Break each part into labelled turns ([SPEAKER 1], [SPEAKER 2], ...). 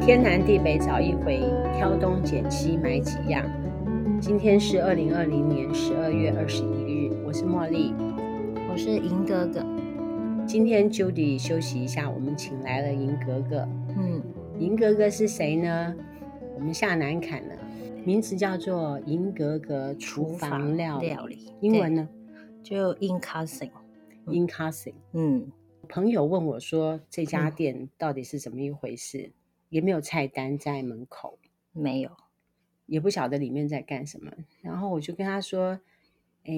[SPEAKER 1] 天南地北找一回，挑东拣西买几样。今天是二零二零年十二月二十一日，我是茉莉。
[SPEAKER 2] 我是银格格，
[SPEAKER 1] 今天 Judy 休息一下，我们请来了银格格。
[SPEAKER 2] 嗯，
[SPEAKER 1] 银格格是谁呢？我们下南坎了，名字叫做银格格厨房料理，
[SPEAKER 2] 料理，
[SPEAKER 1] 英文呢
[SPEAKER 2] 对就 in cousin，嗯
[SPEAKER 1] in casting。
[SPEAKER 2] 嗯，
[SPEAKER 1] 朋友问我说这家店到底是怎么一回事，也没有菜单在门口，
[SPEAKER 2] 没有，
[SPEAKER 1] 也不晓得里面在干什么。然后我就跟他说：“哎，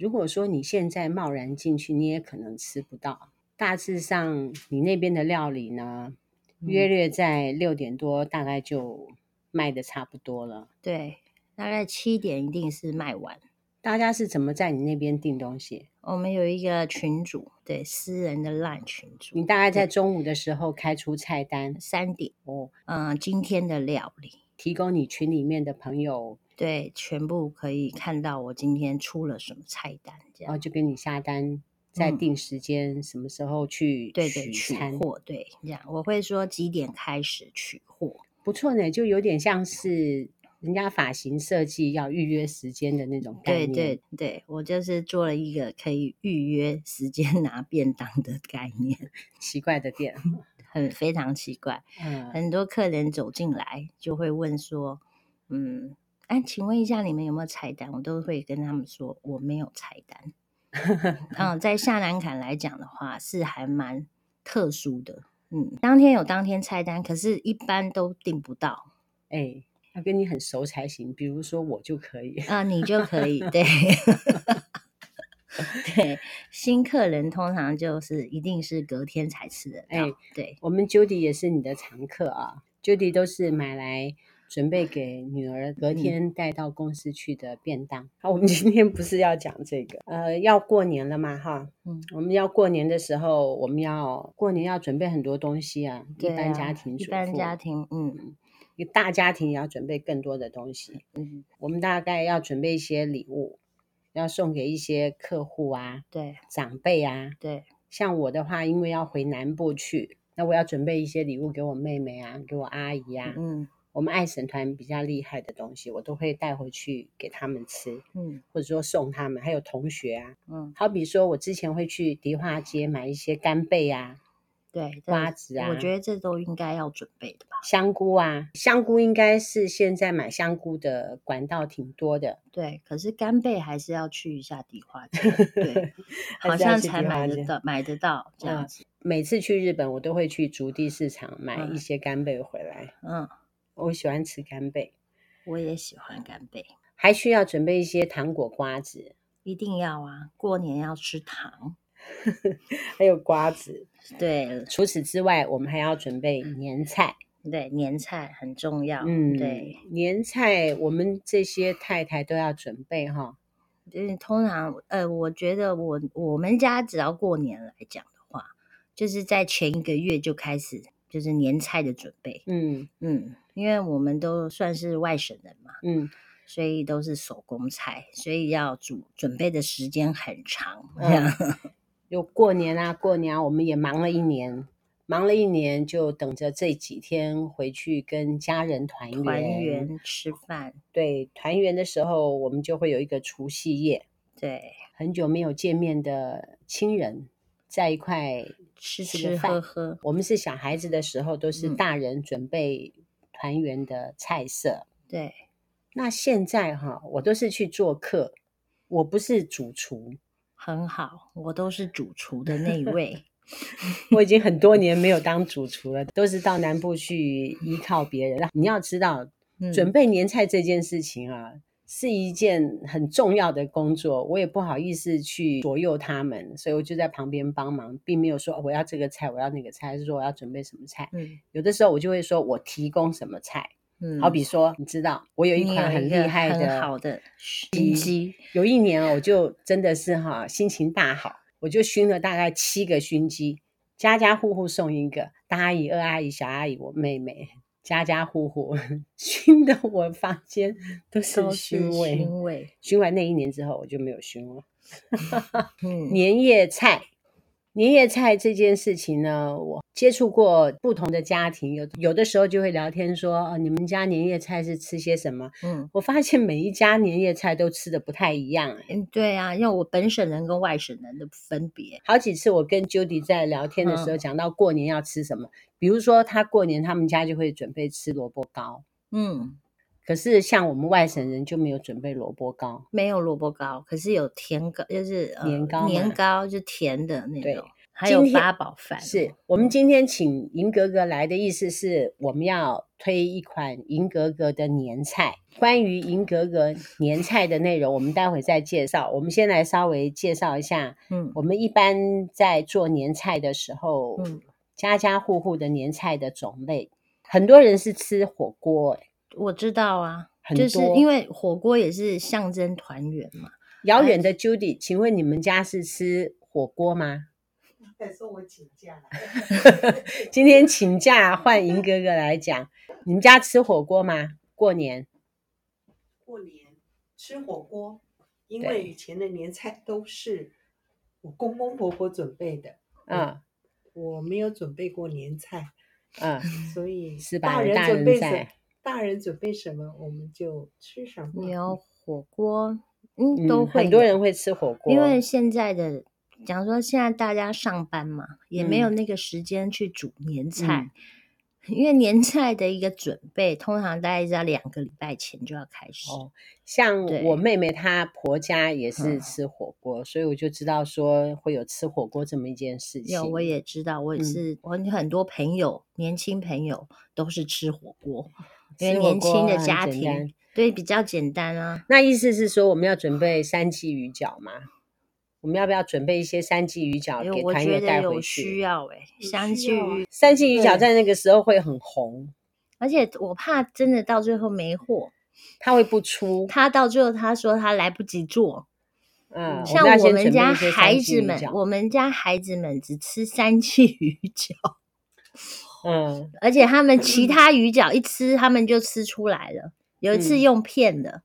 [SPEAKER 1] 如果说你现在贸然进去，你也可能吃不到。大致上，你那边的料理呢，约
[SPEAKER 2] 嗯
[SPEAKER 1] 略在六点多大概就卖的差不多了。
[SPEAKER 2] 对，大概七点一定是卖完。
[SPEAKER 1] 大家是怎么在你那边订东西？
[SPEAKER 2] 我们有一个群主，对，私人的 LINE 群主，
[SPEAKER 1] 你大概在中午的时候开出菜单
[SPEAKER 2] 三点，
[SPEAKER 1] 哦，
[SPEAKER 2] 嗯、今天的料理，
[SPEAKER 1] 提供你群里面的朋友，
[SPEAKER 2] 对，全部可以看到我今天出了什么菜单，这
[SPEAKER 1] 然后
[SPEAKER 2] 样，
[SPEAKER 1] 就给你下单，再
[SPEAKER 2] 嗯
[SPEAKER 1] 定时间，什么时候去
[SPEAKER 2] 对对，
[SPEAKER 1] 取
[SPEAKER 2] 取
[SPEAKER 1] 餐。
[SPEAKER 2] 货，对，这样，我会说几点开始取货，
[SPEAKER 1] 不错呢，就有点像是人家发型设计要预约时间的那种概
[SPEAKER 2] 对
[SPEAKER 1] 念。
[SPEAKER 2] 对对，我就是做了一个可以预约时间 拿便当的概念，
[SPEAKER 1] 奇怪的店，
[SPEAKER 2] 很非常奇怪。
[SPEAKER 1] 嗯，
[SPEAKER 2] 很多客人走进来就会问说：“嗯，哎、请问一下你们有没有菜单？”我都会跟他们说我没有菜 单。嗯，在下南坎来讲的话，是还蛮特殊的。嗯，当天有当天菜单，可是一般都订不到。
[SPEAKER 1] 哎，要跟你很熟才行。比如说我就可以，
[SPEAKER 2] 啊、你就可以对。 对，新客人通常就是一定是隔天才吃得到。
[SPEAKER 1] 哎
[SPEAKER 2] 对，
[SPEAKER 1] 我们 Judy 也是你的常客啊，Judy 都是买来。准备给女儿隔
[SPEAKER 2] 嗯
[SPEAKER 1] 天带到公司去的便当。好，我们今天不是要讲这个，呃，要过年了嘛，哈，
[SPEAKER 2] 嗯，
[SPEAKER 1] 我们要过年的时候，我们要过年要准备很多东西啊，一
[SPEAKER 2] 对
[SPEAKER 1] 般
[SPEAKER 2] 啊
[SPEAKER 1] 家庭
[SPEAKER 2] 一
[SPEAKER 1] 主
[SPEAKER 2] 般
[SPEAKER 1] 妇
[SPEAKER 2] 家庭，嗯，
[SPEAKER 1] 一个大家庭也要准备更多的东西。
[SPEAKER 2] 嗯，
[SPEAKER 1] 我们大概要准备一些礼物，要送给一些客户啊、
[SPEAKER 2] 对
[SPEAKER 1] 长辈啊。
[SPEAKER 2] 对，
[SPEAKER 1] 像我的话，因为要回南部去，那我要准备一些礼物给我妹妹啊、给我阿姨啊。
[SPEAKER 2] 嗯
[SPEAKER 1] 我们爱神团比较厉害的东西，我都会带回去给他们吃，
[SPEAKER 2] 嗯
[SPEAKER 1] 或者说送他们，还有同学啊。
[SPEAKER 2] 嗯，
[SPEAKER 1] 好比说，我之前会去迪化街买一些干贝啊、
[SPEAKER 2] 对，这
[SPEAKER 1] 瓜子啊，
[SPEAKER 2] 我觉得这都应该要准备的吧？
[SPEAKER 1] 香菇啊，香菇应该是现在买香菇的管道挺多的，
[SPEAKER 2] 对，可是干贝还是要去一下 迪化街，对，
[SPEAKER 1] 还
[SPEAKER 2] 好
[SPEAKER 1] 是要
[SPEAKER 2] 像
[SPEAKER 1] 去
[SPEAKER 2] 才
[SPEAKER 1] 迪化
[SPEAKER 2] 买
[SPEAKER 1] 街
[SPEAKER 2] 得到，买得到这样
[SPEAKER 1] 嗯
[SPEAKER 2] 子。
[SPEAKER 1] 每次去日本，我都会去竹地市场买一
[SPEAKER 2] 嗯
[SPEAKER 1] 些干贝回来。
[SPEAKER 2] 嗯，
[SPEAKER 1] 我喜欢吃干贝，
[SPEAKER 2] 我也喜欢干贝，
[SPEAKER 1] 还需要准备一些糖果、瓜子，
[SPEAKER 2] 一定要啊，过年要吃糖。
[SPEAKER 1] 还有瓜子。
[SPEAKER 2] 对
[SPEAKER 1] 除此之外，我们还要准备年菜。
[SPEAKER 2] 对，年菜很重要。
[SPEAKER 1] 嗯，
[SPEAKER 2] 对，，
[SPEAKER 1] 年菜我们这些太太都要准备哈。
[SPEAKER 2] 嗯，通常呃，我觉得我我们家只要过年来讲的话，就是在前一个月就开始就是年菜的准备。
[SPEAKER 1] 嗯
[SPEAKER 2] 嗯，因为我们都算是外省人嘛。
[SPEAKER 1] 嗯，
[SPEAKER 2] 所以都是手工菜，所以要煮准备的时间很长。
[SPEAKER 1] 嗯 又过年啊，过年啊，我们也忙了一年，忙了一年就等着这几天回去跟家人团圆。
[SPEAKER 2] 团圆吃饭，
[SPEAKER 1] 对，团圆的时候，我们就会有一个除夕夜，
[SPEAKER 2] 对，
[SPEAKER 1] 很久没有见面的亲人在一块
[SPEAKER 2] 吃
[SPEAKER 1] 吃个
[SPEAKER 2] 吃
[SPEAKER 1] 饭
[SPEAKER 2] 喝喝，
[SPEAKER 1] 我们是小孩子的时候，都是
[SPEAKER 2] 嗯
[SPEAKER 1] 大人准备团圆的菜色。
[SPEAKER 2] 对，
[SPEAKER 1] 那现在哈，我都是去做客，我不是主厨，
[SPEAKER 2] 很好。我都是主厨的那 一位，
[SPEAKER 1] 我已经很多年没有当主厨了，都是到南部去依靠别人。你要知道，
[SPEAKER 2] 嗯，
[SPEAKER 1] 准备年菜这件事情啊，是一件很重要的工作，我也不好意思去左右他们，所以我就在旁边帮忙，并没有说哦我要这个菜，我要那个菜，还是说我要准备什么菜。
[SPEAKER 2] 嗯
[SPEAKER 1] 有的时候我就会说我提供什么菜，
[SPEAKER 2] 嗯，
[SPEAKER 1] 好比说，你知道我有一
[SPEAKER 2] 你
[SPEAKER 1] 款
[SPEAKER 2] 有
[SPEAKER 1] 很
[SPEAKER 2] 一
[SPEAKER 1] 厉
[SPEAKER 2] 个
[SPEAKER 1] 害
[SPEAKER 2] 很
[SPEAKER 1] 的，
[SPEAKER 2] 好的熏鸡，
[SPEAKER 1] 有一年啊我就真的是哈、心情大好，我就熏了大概七个熏鸡，家家户户送一个，大阿姨、二阿姨、小阿姨、我妹妹，家家户户 熏的我房间都是
[SPEAKER 2] 都是
[SPEAKER 1] 熏味。
[SPEAKER 2] 熏味，
[SPEAKER 1] 熏完那一年之后，我就没有熏了。
[SPEAKER 2] 嗯，
[SPEAKER 1] 年夜菜，年夜菜这件事情呢，我接触过不同的家庭，有有的时候就会聊天说，哦，你们家年夜菜是吃些什么？
[SPEAKER 2] 嗯
[SPEAKER 1] 我发现每一家年夜菜都吃的不太一样、哎
[SPEAKER 2] 嗯，对啊，要我本省人跟外省人的分别，
[SPEAKER 1] 好几次我跟 Judy 在聊天的时候，
[SPEAKER 2] 嗯
[SPEAKER 1] 讲到过年要吃什么，比如说他过年他们家就会准备吃萝卜糕，
[SPEAKER 2] 嗯，
[SPEAKER 1] 可是像我们外省人就没有准备萝卜糕。
[SPEAKER 2] 没有萝卜糕，可是有甜糕，就是、呃、
[SPEAKER 1] 年糕嘛
[SPEAKER 2] 年糕就甜的那
[SPEAKER 1] 对
[SPEAKER 2] 种，还
[SPEAKER 1] 今
[SPEAKER 2] 有
[SPEAKER 1] 天
[SPEAKER 2] 八宝饭，哦
[SPEAKER 1] 是我们今天请银格格来的意思是，我们要推一款银格格的年菜。关于银格格年菜的内容，我们待会再介绍。我们先来稍微介绍一下，
[SPEAKER 2] 嗯
[SPEAKER 1] 我们一般在做年菜的时候，
[SPEAKER 2] 嗯，
[SPEAKER 1] 家家户户的年菜的种类，很多人是吃火锅、欸，
[SPEAKER 2] 我知道啊，
[SPEAKER 1] 很
[SPEAKER 2] 就是
[SPEAKER 1] 多
[SPEAKER 2] 因为呃火锅也是象征团圆嘛，
[SPEAKER 1] 遥远的 Judy，请问你们家是吃火锅吗？
[SPEAKER 3] 再说我请假了，
[SPEAKER 1] 今天请假换银哥哥来讲，你们家吃火锅吗？过年
[SPEAKER 3] 过年吃火锅，因
[SPEAKER 1] 对
[SPEAKER 3] 为以前的年菜都是我公公婆婆准备的，
[SPEAKER 2] 嗯
[SPEAKER 1] 啊
[SPEAKER 3] 我没有准备过年菜，
[SPEAKER 1] 啊、
[SPEAKER 3] 所以
[SPEAKER 1] 是吧
[SPEAKER 3] 大
[SPEAKER 1] 有
[SPEAKER 3] 人
[SPEAKER 1] 大人
[SPEAKER 3] 准备什
[SPEAKER 1] 在
[SPEAKER 3] 大人准备什么我们就吃什么。
[SPEAKER 2] 有火锅，
[SPEAKER 1] 嗯，
[SPEAKER 2] 嗯，都会
[SPEAKER 1] 很多
[SPEAKER 2] 有
[SPEAKER 1] 人会吃火锅，
[SPEAKER 2] 因为现在的，假如说现在大家上班嘛，也没有
[SPEAKER 1] 嗯
[SPEAKER 2] 那个时间去煮年菜， 因为年菜的一个准备，通常大概在两个礼拜前就要开始。
[SPEAKER 1] 哦像
[SPEAKER 2] 对
[SPEAKER 1] 我妹妹她婆家也是
[SPEAKER 2] 嗯
[SPEAKER 1] 吃火锅，所以我就知道说会有吃火锅这么一件事情。
[SPEAKER 2] 有，我也知道，我也
[SPEAKER 1] 嗯
[SPEAKER 2] 是，我很多朋友，年轻朋友都是吃火锅，因
[SPEAKER 1] 吃
[SPEAKER 2] 为
[SPEAKER 1] 火
[SPEAKER 2] 年轻的
[SPEAKER 1] 锅
[SPEAKER 2] 家
[SPEAKER 1] 很简单
[SPEAKER 2] 庭，对比较简单啊。
[SPEAKER 1] 那意思是说，我们要准备三季鱼饺吗？我们要不要准备一些三季鱼饺
[SPEAKER 2] 因
[SPEAKER 1] 给
[SPEAKER 2] 为哎我
[SPEAKER 1] 团
[SPEAKER 2] 觉
[SPEAKER 1] 员
[SPEAKER 2] 得
[SPEAKER 1] 带回
[SPEAKER 2] 有需
[SPEAKER 1] 去？嗯
[SPEAKER 2] 要哎、
[SPEAKER 3] 有
[SPEAKER 2] 相
[SPEAKER 3] 需
[SPEAKER 2] 去
[SPEAKER 3] 要啊
[SPEAKER 2] 于，
[SPEAKER 1] 三季鱼饺
[SPEAKER 3] 对
[SPEAKER 1] 在那个时候会很红，
[SPEAKER 2] 而且我怕真的到最后没货，
[SPEAKER 1] 它会不出。
[SPEAKER 2] 他到最后他说他来不及做，
[SPEAKER 1] 嗯，
[SPEAKER 2] 像
[SPEAKER 1] 我们要先
[SPEAKER 2] 我
[SPEAKER 1] 准备
[SPEAKER 2] 们家
[SPEAKER 1] 一些三
[SPEAKER 2] 孩
[SPEAKER 1] 季
[SPEAKER 2] 子
[SPEAKER 1] 鱼
[SPEAKER 2] 们，
[SPEAKER 1] 饺。
[SPEAKER 2] 我们家孩子们只吃三季鱼饺，
[SPEAKER 1] 嗯，
[SPEAKER 2] 而且他们其他鱼饺一吃，他们就吃出来了。有一次
[SPEAKER 1] 嗯啊
[SPEAKER 2] 用骗的，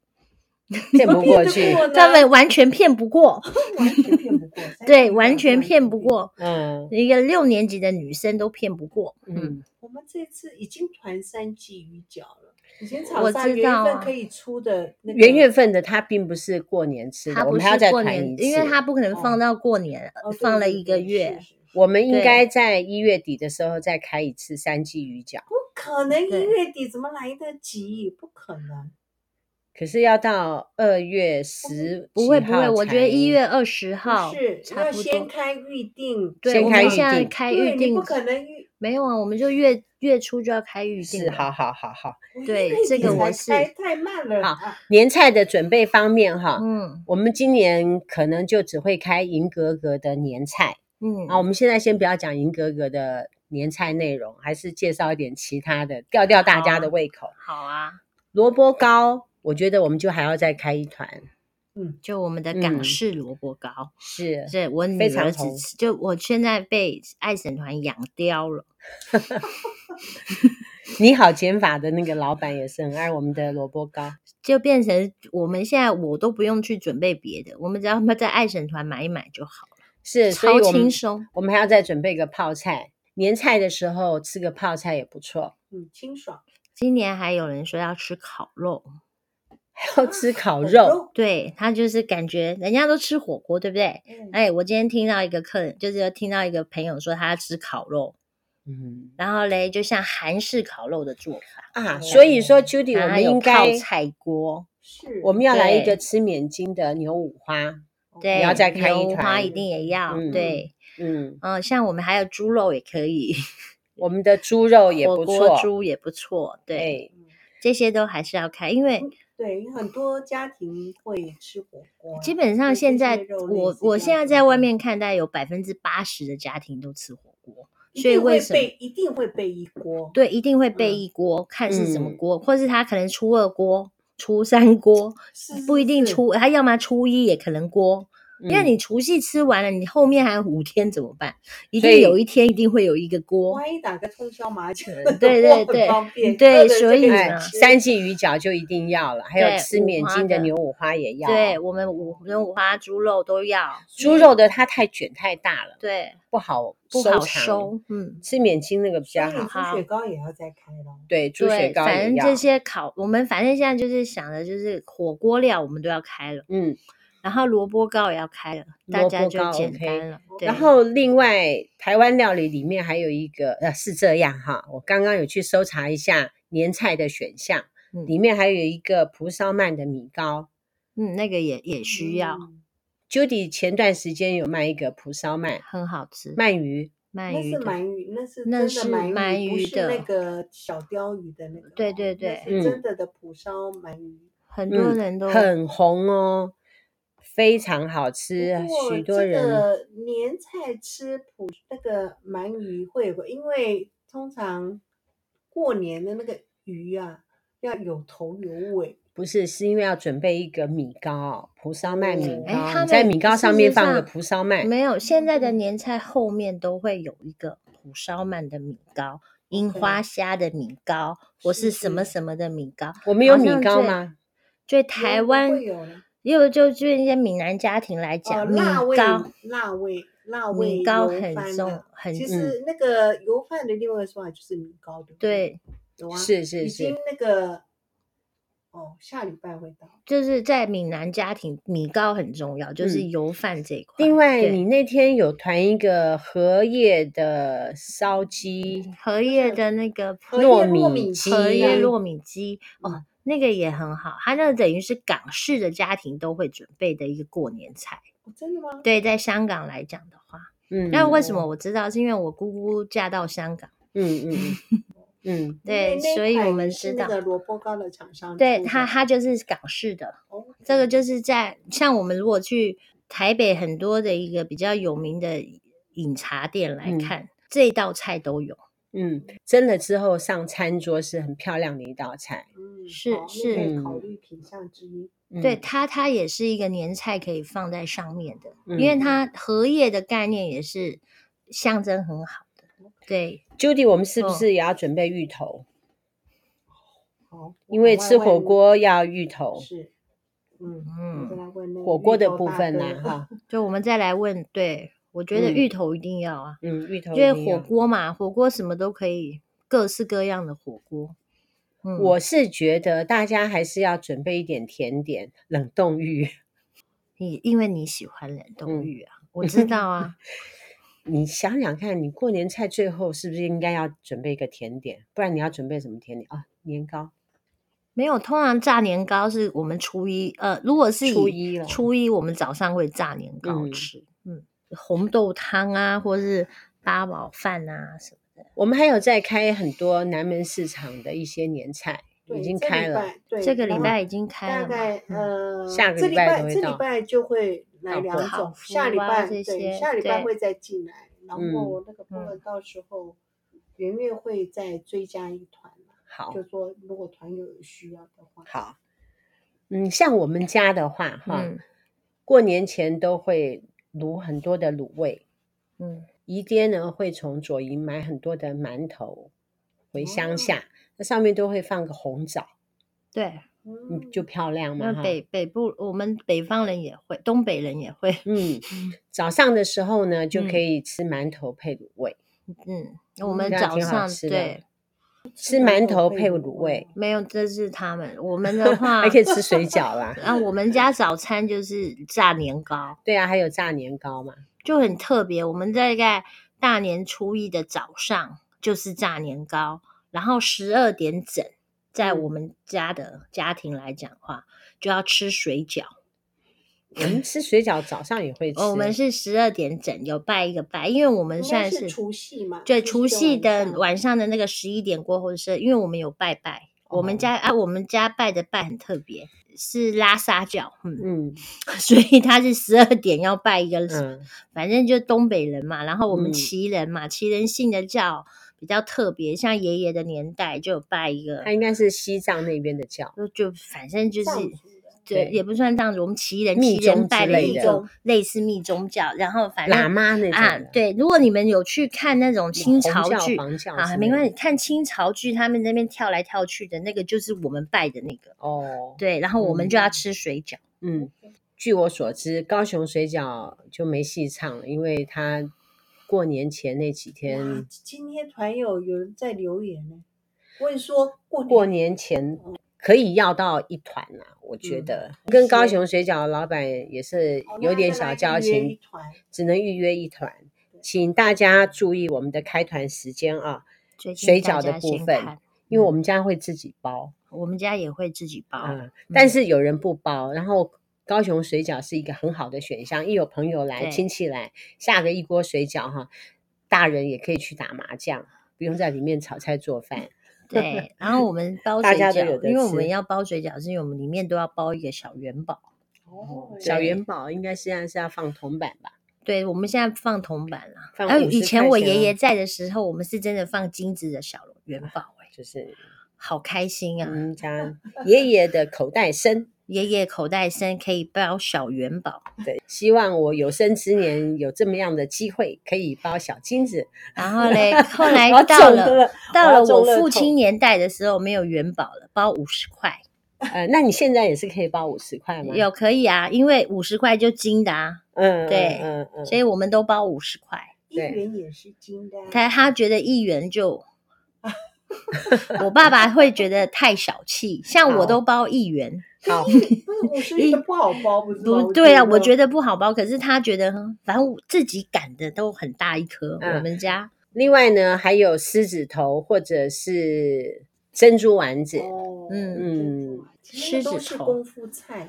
[SPEAKER 1] 骗不过去
[SPEAKER 3] 骗得。过呢
[SPEAKER 2] 他们完全骗 不过，
[SPEAKER 3] 完全骗不 过，三
[SPEAKER 2] 对，
[SPEAKER 3] 十
[SPEAKER 2] 完
[SPEAKER 3] 秒
[SPEAKER 2] 全
[SPEAKER 3] 钟
[SPEAKER 2] 骗不。过。
[SPEAKER 1] 嗯
[SPEAKER 2] 一个六年级的女生都骗不过，嗯，
[SPEAKER 1] 嗯，
[SPEAKER 3] 我们这次已经团三季鱼饺了，以前炒
[SPEAKER 2] 我
[SPEAKER 3] 沙
[SPEAKER 2] 知
[SPEAKER 3] 元月
[SPEAKER 2] 道
[SPEAKER 3] 份
[SPEAKER 2] 啊
[SPEAKER 3] 可以出的那个
[SPEAKER 1] 元月份的它并不是过年吃
[SPEAKER 2] 她
[SPEAKER 1] 的，我
[SPEAKER 2] 不
[SPEAKER 1] 们还要再
[SPEAKER 2] 是过
[SPEAKER 1] 团
[SPEAKER 2] 年
[SPEAKER 1] 一，次。
[SPEAKER 2] 因为她不可能
[SPEAKER 3] 哦
[SPEAKER 2] 放到过年，
[SPEAKER 3] 哦对
[SPEAKER 2] 放
[SPEAKER 3] 对
[SPEAKER 2] 了
[SPEAKER 3] 对
[SPEAKER 2] 一个
[SPEAKER 3] 是
[SPEAKER 2] 月
[SPEAKER 3] 是，是
[SPEAKER 1] 我们应
[SPEAKER 2] 对
[SPEAKER 1] 该在一月底的时候再开一次三季鱼饺，
[SPEAKER 3] 不可能一
[SPEAKER 2] 对
[SPEAKER 3] 月底怎么来得及？不可能。
[SPEAKER 1] 可是要到二月十
[SPEAKER 2] 不会
[SPEAKER 1] 几
[SPEAKER 2] 不会，
[SPEAKER 1] 号
[SPEAKER 2] 我觉
[SPEAKER 1] 才
[SPEAKER 2] 得一月二十
[SPEAKER 3] 不
[SPEAKER 2] 号
[SPEAKER 3] 是
[SPEAKER 2] 差
[SPEAKER 3] 要
[SPEAKER 2] 不
[SPEAKER 3] 先
[SPEAKER 2] 多。
[SPEAKER 3] 开预定，
[SPEAKER 2] 对，
[SPEAKER 1] 先
[SPEAKER 2] 我
[SPEAKER 1] 开
[SPEAKER 2] 们
[SPEAKER 1] 预
[SPEAKER 2] 现在
[SPEAKER 1] 定
[SPEAKER 2] 开
[SPEAKER 3] 对
[SPEAKER 2] 预
[SPEAKER 3] 你
[SPEAKER 2] 定
[SPEAKER 3] 不，可能预
[SPEAKER 2] 没有啊，我们就月月初就要开预定
[SPEAKER 1] 是
[SPEAKER 2] 了。
[SPEAKER 1] 好好好好。
[SPEAKER 2] 对
[SPEAKER 3] 我一月
[SPEAKER 2] 这
[SPEAKER 3] 底
[SPEAKER 2] 个
[SPEAKER 3] 才
[SPEAKER 2] 我是
[SPEAKER 3] 开太慢了
[SPEAKER 1] 好
[SPEAKER 3] 啊。
[SPEAKER 1] 年菜的准备方面哈，
[SPEAKER 2] 嗯
[SPEAKER 1] 我们今年可能就只会开银格格的年菜
[SPEAKER 2] 嗯
[SPEAKER 1] 啊。我们现在先不要讲银格格的年菜内容，还是介绍一点其他的，吊吊大家的胃口。
[SPEAKER 2] 好啊，
[SPEAKER 1] 萝卜糕，我觉得我们就还要再开一团，
[SPEAKER 2] 就我们的
[SPEAKER 1] 嗯
[SPEAKER 2] 港式萝卜糕，
[SPEAKER 1] 是
[SPEAKER 2] 对我女
[SPEAKER 1] 非常
[SPEAKER 2] 儿只
[SPEAKER 1] 红
[SPEAKER 2] 吃，就我现在被爱神团养刁了。
[SPEAKER 1] 你好减法的那个老板也是很爱我们的萝卜糕，
[SPEAKER 2] 就变成我们现在我都不用去准备别的，我们只要在爱神团买一买就好了，
[SPEAKER 1] 是，所
[SPEAKER 2] 超
[SPEAKER 1] 以我们
[SPEAKER 2] 轻松。
[SPEAKER 1] 我们还要再准备个泡菜。年菜的时候吃个泡菜也不错，
[SPEAKER 3] 嗯，清爽。
[SPEAKER 2] 今年还有人说要吃烤肉，
[SPEAKER 1] 还
[SPEAKER 2] 啊
[SPEAKER 1] 要吃烤
[SPEAKER 3] 烤
[SPEAKER 1] 肉，
[SPEAKER 2] 对他就是感觉人家都吃火锅，对不对？
[SPEAKER 3] 嗯
[SPEAKER 2] 哎，我今天听到一个客人，就是听到一个朋友说他要吃烤肉，
[SPEAKER 1] 嗯
[SPEAKER 2] 然后嘞，就像韩式烤肉的做法，
[SPEAKER 1] 啊，所以说 Judy，我
[SPEAKER 2] 然后
[SPEAKER 1] 们
[SPEAKER 2] 还哎有
[SPEAKER 1] 应
[SPEAKER 2] 泡
[SPEAKER 1] 该
[SPEAKER 2] 菜锅，
[SPEAKER 3] 是
[SPEAKER 1] 我们要来一个
[SPEAKER 2] 对
[SPEAKER 1] 吃免金的牛五花，
[SPEAKER 2] 对，
[SPEAKER 1] 要再开一
[SPEAKER 2] 牛花
[SPEAKER 1] 团
[SPEAKER 2] 一定也要、
[SPEAKER 1] 嗯
[SPEAKER 2] 对，
[SPEAKER 1] 嗯，
[SPEAKER 2] 嗯、像我们还有猪肉也可以，
[SPEAKER 1] 我们的猪肉哦也
[SPEAKER 2] 火
[SPEAKER 1] 不
[SPEAKER 2] 锅
[SPEAKER 1] 错，
[SPEAKER 2] 猪也不错，对，
[SPEAKER 1] 哎，
[SPEAKER 3] 嗯
[SPEAKER 2] 这些都还是要开，因为
[SPEAKER 3] 对，因为很多家庭会吃火锅。
[SPEAKER 2] 基本上
[SPEAKER 3] 对
[SPEAKER 2] 现
[SPEAKER 3] 这
[SPEAKER 2] 在
[SPEAKER 3] 些肉类
[SPEAKER 2] 我
[SPEAKER 3] 是
[SPEAKER 2] 我
[SPEAKER 3] 这
[SPEAKER 2] 现
[SPEAKER 3] 样
[SPEAKER 2] 在
[SPEAKER 3] 子
[SPEAKER 2] 在外
[SPEAKER 3] 的
[SPEAKER 2] 面看，大概有百分之八十的家庭都吃火锅，
[SPEAKER 1] 嗯
[SPEAKER 3] 一
[SPEAKER 2] 所以
[SPEAKER 3] 定
[SPEAKER 2] 为
[SPEAKER 3] 会
[SPEAKER 2] 什么
[SPEAKER 3] 备一定会备一锅。
[SPEAKER 2] 对一定会备
[SPEAKER 3] 嗯
[SPEAKER 2] 一锅，看是什么
[SPEAKER 1] 嗯
[SPEAKER 2] 锅，或是他可能初二锅、初三锅，
[SPEAKER 3] 是，
[SPEAKER 2] 不一定
[SPEAKER 3] 是
[SPEAKER 2] 初，他要么初一也可能锅，因为
[SPEAKER 1] 嗯
[SPEAKER 2] 你除夕吃完了，你后面还有五天怎么办？一
[SPEAKER 1] 所
[SPEAKER 2] 定
[SPEAKER 1] 以
[SPEAKER 2] 有一天一定会有一个锅。
[SPEAKER 3] 万一打个通宵麻将，
[SPEAKER 2] 对对对
[SPEAKER 3] 很方便。
[SPEAKER 2] 对
[SPEAKER 3] 饿了就
[SPEAKER 2] 所以
[SPEAKER 3] 可
[SPEAKER 1] 哎
[SPEAKER 2] 呢
[SPEAKER 3] 吃
[SPEAKER 1] 三季鱼饺就一定要了，还有
[SPEAKER 2] 对
[SPEAKER 1] 吃
[SPEAKER 2] 五
[SPEAKER 1] 免
[SPEAKER 2] 花
[SPEAKER 1] 筋的
[SPEAKER 2] 的
[SPEAKER 1] 牛五花也要。哦
[SPEAKER 2] 对，我们五人五花猪肉都要，
[SPEAKER 1] 猪肉的它太卷太大了，
[SPEAKER 2] 对，
[SPEAKER 1] 不好
[SPEAKER 2] 不
[SPEAKER 1] 收
[SPEAKER 2] 好
[SPEAKER 1] 藏
[SPEAKER 2] 收，嗯，
[SPEAKER 1] 吃免筋那个比
[SPEAKER 3] 所
[SPEAKER 1] 较
[SPEAKER 3] 以
[SPEAKER 1] 好。
[SPEAKER 3] 猪血糕也要再开咯。
[SPEAKER 1] 对，猪血
[SPEAKER 2] 对，
[SPEAKER 1] 糕
[SPEAKER 2] 反
[SPEAKER 1] 也
[SPEAKER 2] 正
[SPEAKER 1] 要。
[SPEAKER 2] 这些烤，我们反正现在就是想的就是火锅料我们都要开了，
[SPEAKER 1] 嗯，
[SPEAKER 2] 然后萝卜糕也要开了，大
[SPEAKER 1] 萝
[SPEAKER 2] 家
[SPEAKER 1] 卜
[SPEAKER 2] 就
[SPEAKER 1] 糕
[SPEAKER 2] 简
[SPEAKER 1] OK
[SPEAKER 2] 单了。对
[SPEAKER 1] 然后另外台湾料理里面还有一个呃是这样哈，我刚刚有去搜查一下年菜的选项，
[SPEAKER 2] 嗯
[SPEAKER 1] 里面还有一个蒲烧鳗的米糕。
[SPEAKER 2] 嗯，那个也也需要，
[SPEAKER 3] 嗯
[SPEAKER 1] Judy 前段时间有卖一个蒲烧鳗
[SPEAKER 2] 很好吃。
[SPEAKER 1] 鳗鱼，
[SPEAKER 2] 鳗
[SPEAKER 3] 那
[SPEAKER 2] 鱼
[SPEAKER 3] 是
[SPEAKER 2] 的，
[SPEAKER 3] 鳗鱼，那是
[SPEAKER 2] 那
[SPEAKER 3] 真
[SPEAKER 2] 是
[SPEAKER 3] 的鳗
[SPEAKER 2] 鳗
[SPEAKER 3] 不
[SPEAKER 2] 鱼
[SPEAKER 3] 是
[SPEAKER 2] 的
[SPEAKER 3] 那个小鲷鱼的那个哦。
[SPEAKER 2] 对对对
[SPEAKER 3] 那
[SPEAKER 1] 嗯
[SPEAKER 3] 是真的的蒲烧鳗鱼。
[SPEAKER 2] 很多人
[SPEAKER 1] 嗯，
[SPEAKER 2] 都
[SPEAKER 1] 很红哦，非常好吃，
[SPEAKER 2] 啊
[SPEAKER 3] 不过
[SPEAKER 1] 许多
[SPEAKER 3] 这
[SPEAKER 1] 人
[SPEAKER 3] 个年菜吃普那个鳗鱼会有个，因为通常过年的那个鱼啊，要有头有尾。
[SPEAKER 1] 不是是因为要准备一个米糕，蒲烧鳗米
[SPEAKER 2] 嗯
[SPEAKER 3] 哦
[SPEAKER 2] 哎
[SPEAKER 1] 糕，
[SPEAKER 2] 他们
[SPEAKER 1] 你在米糕上面放个
[SPEAKER 2] 事实上
[SPEAKER 1] 蒲烧鳗，
[SPEAKER 2] 没有，现在
[SPEAKER 1] 嗯
[SPEAKER 2] 的年菜后面都会有一个蒲烧鳗的米糕、樱花虾的米糕，或是
[SPEAKER 3] 是
[SPEAKER 2] 什么
[SPEAKER 3] 是
[SPEAKER 2] 什么的米糕。
[SPEAKER 1] 我们有
[SPEAKER 2] 好
[SPEAKER 1] 米
[SPEAKER 2] 像
[SPEAKER 1] 糕
[SPEAKER 2] 最
[SPEAKER 1] 吗？
[SPEAKER 2] 对台
[SPEAKER 3] 有
[SPEAKER 2] 湾
[SPEAKER 3] 会有呢，
[SPEAKER 2] 因为就对一些闽南家庭来
[SPEAKER 3] 哦，
[SPEAKER 2] 讲，米
[SPEAKER 3] 辣味
[SPEAKER 2] 糕，
[SPEAKER 3] 辣味，辣味
[SPEAKER 2] 米糕
[SPEAKER 3] 油
[SPEAKER 2] 很
[SPEAKER 3] 饭
[SPEAKER 2] 重
[SPEAKER 3] 的，
[SPEAKER 2] 很
[SPEAKER 3] 其
[SPEAKER 2] 嗯
[SPEAKER 3] 实那个油饭的另外一个说法就是米糕，对不对？
[SPEAKER 2] 对，
[SPEAKER 3] 有啊，
[SPEAKER 1] 是是
[SPEAKER 3] 已
[SPEAKER 1] 是
[SPEAKER 3] 经那个哦，下礼拜会到。
[SPEAKER 2] 就是在闽南家庭，米糕很重要，就是
[SPEAKER 1] 嗯
[SPEAKER 2] 油饭这一块。
[SPEAKER 1] 另外，
[SPEAKER 2] 对
[SPEAKER 1] 你那天有团一个荷叶的烧鸡，
[SPEAKER 2] 荷叶的那个
[SPEAKER 3] 荷叶
[SPEAKER 1] 糯米嗯
[SPEAKER 3] 米
[SPEAKER 1] 鸡
[SPEAKER 2] 荷叶
[SPEAKER 1] 鸡
[SPEAKER 2] 糯米鸡
[SPEAKER 3] 嗯
[SPEAKER 2] 哦，那个也很好，它那个等于是港式的家庭都会准备的一个过年菜。
[SPEAKER 3] 哦真的吗？
[SPEAKER 2] 对，在香港来讲的话，
[SPEAKER 1] 嗯，
[SPEAKER 2] 那为什么我知道？是因为我姑姑嫁到香港，
[SPEAKER 1] 嗯嗯嗯嗯，
[SPEAKER 3] 因为
[SPEAKER 2] 对，
[SPEAKER 3] 那
[SPEAKER 2] 所以
[SPEAKER 3] 款
[SPEAKER 2] 我们
[SPEAKER 3] 鱼是
[SPEAKER 2] 知
[SPEAKER 3] 那
[SPEAKER 2] 道，
[SPEAKER 3] 个萝卜糕的厂商出的，
[SPEAKER 2] 对它它就是港式的，
[SPEAKER 3] 哦
[SPEAKER 2] 这个就是在像我们如果去台北很多的一个比较有名的饮茶店来
[SPEAKER 1] 嗯
[SPEAKER 2] 看，这道菜都有。
[SPEAKER 1] 嗯，真的之后上餐桌是很漂亮的一道菜，
[SPEAKER 3] 嗯
[SPEAKER 2] 是
[SPEAKER 3] 好那
[SPEAKER 2] 是
[SPEAKER 3] 可以考
[SPEAKER 1] 嗯
[SPEAKER 3] 虑品项之一。
[SPEAKER 1] 嗯
[SPEAKER 2] 对，它，它也是一个年菜可以放在上面的，因为
[SPEAKER 1] 嗯
[SPEAKER 2] 它荷叶的概念也是象征很好的。对，
[SPEAKER 1] Judy，我们是不
[SPEAKER 2] 哦
[SPEAKER 1] 是也要准备芋头？
[SPEAKER 3] 好，
[SPEAKER 2] 哦
[SPEAKER 1] 因为
[SPEAKER 3] 我
[SPEAKER 1] 吃
[SPEAKER 3] 外
[SPEAKER 1] 火
[SPEAKER 3] 外
[SPEAKER 1] 锅要芋头，
[SPEAKER 3] 是，嗯，我再
[SPEAKER 2] 嗯，
[SPEAKER 3] 来问那个
[SPEAKER 1] 火锅
[SPEAKER 3] 芋
[SPEAKER 1] 的
[SPEAKER 3] 头
[SPEAKER 1] 部
[SPEAKER 3] 大
[SPEAKER 1] 分
[SPEAKER 3] 哥
[SPEAKER 1] 呢， 哈，
[SPEAKER 2] 就我们再来问，对我觉得
[SPEAKER 1] 嗯
[SPEAKER 2] 芋头一定要啊，
[SPEAKER 1] 嗯，芋头
[SPEAKER 2] 因
[SPEAKER 1] 一
[SPEAKER 2] 为
[SPEAKER 1] 定
[SPEAKER 3] 啊
[SPEAKER 1] 要。
[SPEAKER 2] 火锅嘛，火锅什么都可以，各式各样的火锅。嗯，
[SPEAKER 1] 我是觉得大家还是要准备一点甜点，冷冻芋。
[SPEAKER 2] 你因为你喜欢冷冻
[SPEAKER 1] 嗯
[SPEAKER 2] 芋啊，我知道啊，
[SPEAKER 1] 你想想看，你过年菜最后是不是应该要准备一个甜点？不然你要准备什么甜点啊？年糕，
[SPEAKER 2] 没有，通常炸年糕是我们初一，呃，如果是
[SPEAKER 1] 初
[SPEAKER 2] 以
[SPEAKER 1] 一了
[SPEAKER 2] 初一我们早上会炸年糕
[SPEAKER 1] 嗯
[SPEAKER 2] 吃，嗯，红豆汤啊，或是八宝饭啊什么的。
[SPEAKER 1] 我们还有在开很多南门市场的一些年菜，
[SPEAKER 3] 对
[SPEAKER 1] 已经
[SPEAKER 3] 这
[SPEAKER 1] 开
[SPEAKER 3] 礼
[SPEAKER 1] 了。
[SPEAKER 3] 拜，对，嗯
[SPEAKER 2] 这个礼
[SPEAKER 3] 然后
[SPEAKER 2] 拜已经开了
[SPEAKER 3] 大
[SPEAKER 2] 嘛，
[SPEAKER 3] 概
[SPEAKER 2] 嗯
[SPEAKER 3] 呃，
[SPEAKER 1] 下个
[SPEAKER 3] 这
[SPEAKER 1] 礼
[SPEAKER 3] 礼
[SPEAKER 1] 拜都
[SPEAKER 3] 拜
[SPEAKER 1] 会
[SPEAKER 3] 这
[SPEAKER 1] 到
[SPEAKER 3] 礼拜就会来
[SPEAKER 1] 到
[SPEAKER 3] 两
[SPEAKER 1] 过
[SPEAKER 2] 好
[SPEAKER 3] 种，下礼
[SPEAKER 2] 福啊
[SPEAKER 3] 拜
[SPEAKER 2] 这
[SPEAKER 3] 对，
[SPEAKER 2] 些
[SPEAKER 3] 下礼拜
[SPEAKER 2] 对
[SPEAKER 3] 会再进来，然
[SPEAKER 1] 嗯
[SPEAKER 3] 后那个部
[SPEAKER 2] 嗯
[SPEAKER 3] 分到时候圆月会再追加一团嘛，
[SPEAKER 1] 好，
[SPEAKER 3] 就说如果团友有需要的话，
[SPEAKER 1] 好，嗯，像我们家的话，哈，
[SPEAKER 2] 嗯
[SPEAKER 1] 过年前都会卤很多的卤味。
[SPEAKER 2] 嗯，
[SPEAKER 1] 姨爹呢会从左营买很多的馒头回乡
[SPEAKER 3] 哦
[SPEAKER 1] 下，那上面都会放个红枣，
[SPEAKER 2] 对，
[SPEAKER 1] 嗯，
[SPEAKER 3] 嗯，
[SPEAKER 1] 就漂亮嘛
[SPEAKER 2] 那
[SPEAKER 1] 哈。
[SPEAKER 2] 北北部我们北方人也会，东北人也 会，
[SPEAKER 1] 嗯，早上的时候呢，就可
[SPEAKER 2] 嗯
[SPEAKER 1] 以吃馒头配卤味，
[SPEAKER 2] 嗯，我们
[SPEAKER 1] 这样
[SPEAKER 2] 早
[SPEAKER 1] 挺好
[SPEAKER 2] 上
[SPEAKER 1] 吃的
[SPEAKER 2] 对
[SPEAKER 1] 吃馒头配卤味，，
[SPEAKER 2] 没有，这是他们，我们的话
[SPEAKER 1] 还可以吃水饺啦。
[SPEAKER 2] 啊，我们家早餐就是炸年糕。
[SPEAKER 1] 对啊，还有炸年糕嘛。
[SPEAKER 2] 就很特别。我们大概大年初一的早上就是炸年糕，然后十二点整，在
[SPEAKER 1] 嗯
[SPEAKER 2] 我们家的家庭来讲的话，就要吃水饺。
[SPEAKER 1] 我们吃水饺早上也会吃，
[SPEAKER 2] 哦，我们是十二点整有拜一个拜，因为我们
[SPEAKER 3] 应该
[SPEAKER 2] 算
[SPEAKER 3] 是
[SPEAKER 2] 是
[SPEAKER 3] 除夕嘛
[SPEAKER 2] 对，除
[SPEAKER 3] 除夕
[SPEAKER 2] 夕
[SPEAKER 3] 的晚
[SPEAKER 2] 的
[SPEAKER 3] 上
[SPEAKER 2] 晚上的那个十一点过后是，因为我们有拜拜。我
[SPEAKER 1] 哦
[SPEAKER 2] 们家啊，我们家拜的拜很特别，是拉沙饺，嗯，
[SPEAKER 1] 嗯
[SPEAKER 2] 所以他是十二点要拜一个
[SPEAKER 1] 嗯
[SPEAKER 2] 反正就东北人嘛，然后我们
[SPEAKER 1] 嗯
[SPEAKER 2] 旗人嘛，旗人信的教比较特别，像爷爷的年代就有拜一个
[SPEAKER 1] 它，应该是西藏那边的教，
[SPEAKER 2] 就就反正就是
[SPEAKER 3] 藏族的
[SPEAKER 2] 对，
[SPEAKER 1] 对
[SPEAKER 2] 也不算这样子，我们祈人
[SPEAKER 1] 密
[SPEAKER 2] 祈人
[SPEAKER 1] 宗
[SPEAKER 2] 拜
[SPEAKER 1] 之
[SPEAKER 2] 了
[SPEAKER 1] 类
[SPEAKER 2] 一
[SPEAKER 1] 的
[SPEAKER 2] 种类似密宗教，然后反
[SPEAKER 1] 喇
[SPEAKER 2] 正
[SPEAKER 1] 嘛那种
[SPEAKER 2] 啊，
[SPEAKER 1] 的
[SPEAKER 2] 对，如果你们有去看那种清
[SPEAKER 1] 红
[SPEAKER 2] 朝
[SPEAKER 1] 教
[SPEAKER 2] 剧
[SPEAKER 1] 黄教
[SPEAKER 2] 啊，
[SPEAKER 1] 之
[SPEAKER 2] 没
[SPEAKER 1] 类
[SPEAKER 2] 关系，
[SPEAKER 1] 的
[SPEAKER 2] 看清朝剧，他们那边跳来跳去的那个就是我们拜的那个，
[SPEAKER 1] 哦，
[SPEAKER 2] 对，然后我们就要
[SPEAKER 3] 嗯
[SPEAKER 2] 吃水饺，
[SPEAKER 1] 嗯，据我所知，高雄水饺就没戏唱了，因为他过年前那几
[SPEAKER 3] 嗯哇
[SPEAKER 1] 天，
[SPEAKER 3] 今天团友有人在留言呢，问说过
[SPEAKER 1] 过年前可以要到一团啦、我觉
[SPEAKER 3] 嗯
[SPEAKER 1] 得、
[SPEAKER 3] 很
[SPEAKER 1] 跟高
[SPEAKER 3] 闲
[SPEAKER 1] 雄水饺老板也是
[SPEAKER 3] 哦那
[SPEAKER 1] 有
[SPEAKER 3] 要
[SPEAKER 1] 点
[SPEAKER 3] 跟他
[SPEAKER 1] 小
[SPEAKER 3] 预
[SPEAKER 1] 交
[SPEAKER 3] 约
[SPEAKER 1] 情，
[SPEAKER 3] 一团
[SPEAKER 1] 只能预约一团，请大家注意我们的开团时间啊，
[SPEAKER 2] 最近
[SPEAKER 1] 水
[SPEAKER 2] 大
[SPEAKER 1] 饺的
[SPEAKER 2] 家
[SPEAKER 1] 部
[SPEAKER 2] 先
[SPEAKER 1] 分
[SPEAKER 2] 看
[SPEAKER 1] 因为我
[SPEAKER 2] 嗯
[SPEAKER 1] 们家会自己包，
[SPEAKER 2] 我们家也会自己包，
[SPEAKER 1] 嗯，但是有人不包，然后高雄水饺是一个很好的选项，一有朋友来、
[SPEAKER 2] 对
[SPEAKER 1] 亲戚来，下个一锅水饺哈，大人也可以去打麻将，不用在里面炒菜做饭。
[SPEAKER 2] 对，然后我们包水
[SPEAKER 1] 大家都有
[SPEAKER 2] 饺，
[SPEAKER 1] 得
[SPEAKER 2] 因为我
[SPEAKER 1] 吃
[SPEAKER 2] 们要包水饺，是因为我们里面都要包一个小元宝。
[SPEAKER 3] 哦
[SPEAKER 1] 小
[SPEAKER 2] 嗯对
[SPEAKER 1] 元宝应该现在是要放铜板吧？
[SPEAKER 2] 对，我们现在放铜板啦。
[SPEAKER 1] 放
[SPEAKER 2] 然后
[SPEAKER 1] 50
[SPEAKER 2] 以前
[SPEAKER 1] 块
[SPEAKER 2] 我
[SPEAKER 1] 钱
[SPEAKER 2] 爷
[SPEAKER 1] 啊
[SPEAKER 2] 爷在的时候，我们是真的放金子的小元宝、欸，
[SPEAKER 1] 就是
[SPEAKER 2] 好开心啊！
[SPEAKER 1] 嗯，家爷爷的口袋深。
[SPEAKER 2] 爷爷口袋深，可以包小 元宝，
[SPEAKER 1] 对，希望我有生之年有这么样的机会，可以包小金子。
[SPEAKER 2] 然后嘞，后 来
[SPEAKER 1] 我要
[SPEAKER 2] 哎到
[SPEAKER 1] 中
[SPEAKER 2] 了
[SPEAKER 1] 了
[SPEAKER 2] 到
[SPEAKER 1] 我要
[SPEAKER 2] 了我
[SPEAKER 1] 中乐透
[SPEAKER 2] 父亲年代的时候，没有元宝了，包五十块
[SPEAKER 1] 呃，那你现在也是可以包五十块吗？，
[SPEAKER 2] 有可以啊，因为五十块就金的啊，
[SPEAKER 1] 嗯，嗯
[SPEAKER 2] 对
[SPEAKER 1] 嗯嗯，
[SPEAKER 2] 所以我们都包五十块。
[SPEAKER 3] 一
[SPEAKER 1] 对
[SPEAKER 3] 元也是金的啊，
[SPEAKER 2] 他他觉得一元就，我爸爸会觉得太小气，像我
[SPEAKER 1] 好
[SPEAKER 2] 都包一元，
[SPEAKER 1] 好，
[SPEAKER 3] 不是 五十元不好包，不是吗？
[SPEAKER 2] 不对啊，我觉
[SPEAKER 1] 哦
[SPEAKER 3] 得
[SPEAKER 2] 得不好包，可是他觉得，反正我自己擀的都很大一颗，
[SPEAKER 1] 嗯
[SPEAKER 2] 我们家
[SPEAKER 1] 另外呢，还有狮子头或者是珍珠丸子，
[SPEAKER 3] 哦，
[SPEAKER 2] 嗯
[SPEAKER 1] 嗯，
[SPEAKER 3] 其实
[SPEAKER 2] 狮
[SPEAKER 3] 都
[SPEAKER 2] 子
[SPEAKER 3] 是
[SPEAKER 2] 头
[SPEAKER 3] 功夫菜，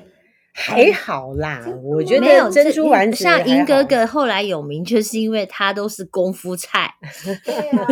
[SPEAKER 1] 还好啦
[SPEAKER 3] 真的。
[SPEAKER 1] 我
[SPEAKER 3] 吗
[SPEAKER 1] 觉
[SPEAKER 2] 嗯没有
[SPEAKER 1] 得珍珠丸子
[SPEAKER 2] 像英哥
[SPEAKER 1] 还好，
[SPEAKER 2] 哥后来有名，就是因为他都是功夫菜，
[SPEAKER 3] 对啊，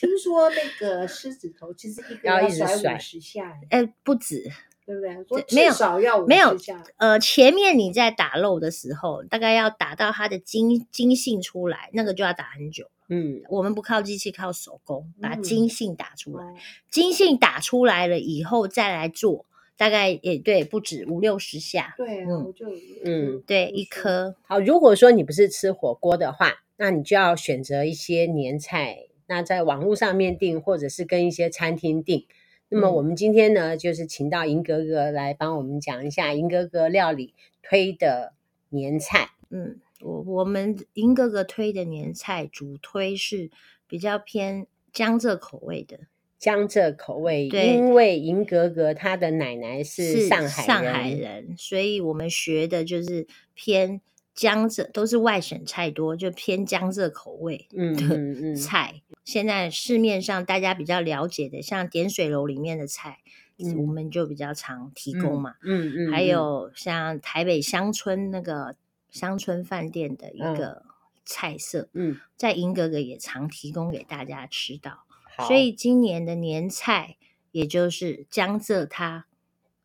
[SPEAKER 3] 听说那个狮子头其实一个
[SPEAKER 1] 要
[SPEAKER 3] 要
[SPEAKER 1] 一直甩
[SPEAKER 3] 五十下，
[SPEAKER 2] 哎，不止，
[SPEAKER 3] 对不对？说
[SPEAKER 2] 没有
[SPEAKER 3] 至少要五
[SPEAKER 2] 没有
[SPEAKER 3] 十下，
[SPEAKER 2] 呃，前面你在打肉的时候，大概要打到它的筋筋性出来，那个就要打很久。
[SPEAKER 1] 嗯，
[SPEAKER 2] 我们不靠机器，靠手工把
[SPEAKER 3] 嗯
[SPEAKER 2] 筋性打出来。
[SPEAKER 3] 哦
[SPEAKER 2] 筋性打出来了以后再来做，大概也对，不止五六十下。
[SPEAKER 3] 对啊，
[SPEAKER 2] 嗯
[SPEAKER 3] 我就
[SPEAKER 1] 嗯
[SPEAKER 2] 对，一，颗
[SPEAKER 1] 好。如果说你不是吃火锅的话，那你就要选择一些年菜，那在网络上面订，或者是跟一些餐厅订。那么
[SPEAKER 2] 嗯
[SPEAKER 1] 我们今天呢，就是请到银格格来帮我们讲一下银格格料理推的年菜。
[SPEAKER 2] 嗯，我我们银哥哥推的年菜主推是比较偏江浙口味的，
[SPEAKER 1] 江浙口味，
[SPEAKER 2] 对
[SPEAKER 1] 因为银格格她的奶奶是上海
[SPEAKER 2] 上
[SPEAKER 1] 人，
[SPEAKER 2] 海人，所以我们学的就是偏江浙，都是外省菜多，就偏江浙口味
[SPEAKER 1] 嗯
[SPEAKER 2] 的
[SPEAKER 1] 嗯 嗯，
[SPEAKER 2] 菜。现在市面上大家比较了解的，像点水楼里面的菜，我
[SPEAKER 1] 嗯
[SPEAKER 2] 们就比较常提供嘛。
[SPEAKER 1] 嗯嗯，
[SPEAKER 2] 还
[SPEAKER 1] 嗯
[SPEAKER 2] 有像台北乡村那个乡村饭店的一
[SPEAKER 1] 嗯
[SPEAKER 2] 个菜色，
[SPEAKER 1] 嗯，
[SPEAKER 2] 在银格格也常提供给大家吃到。
[SPEAKER 1] 好
[SPEAKER 2] 所以今年的年菜，也就是江浙它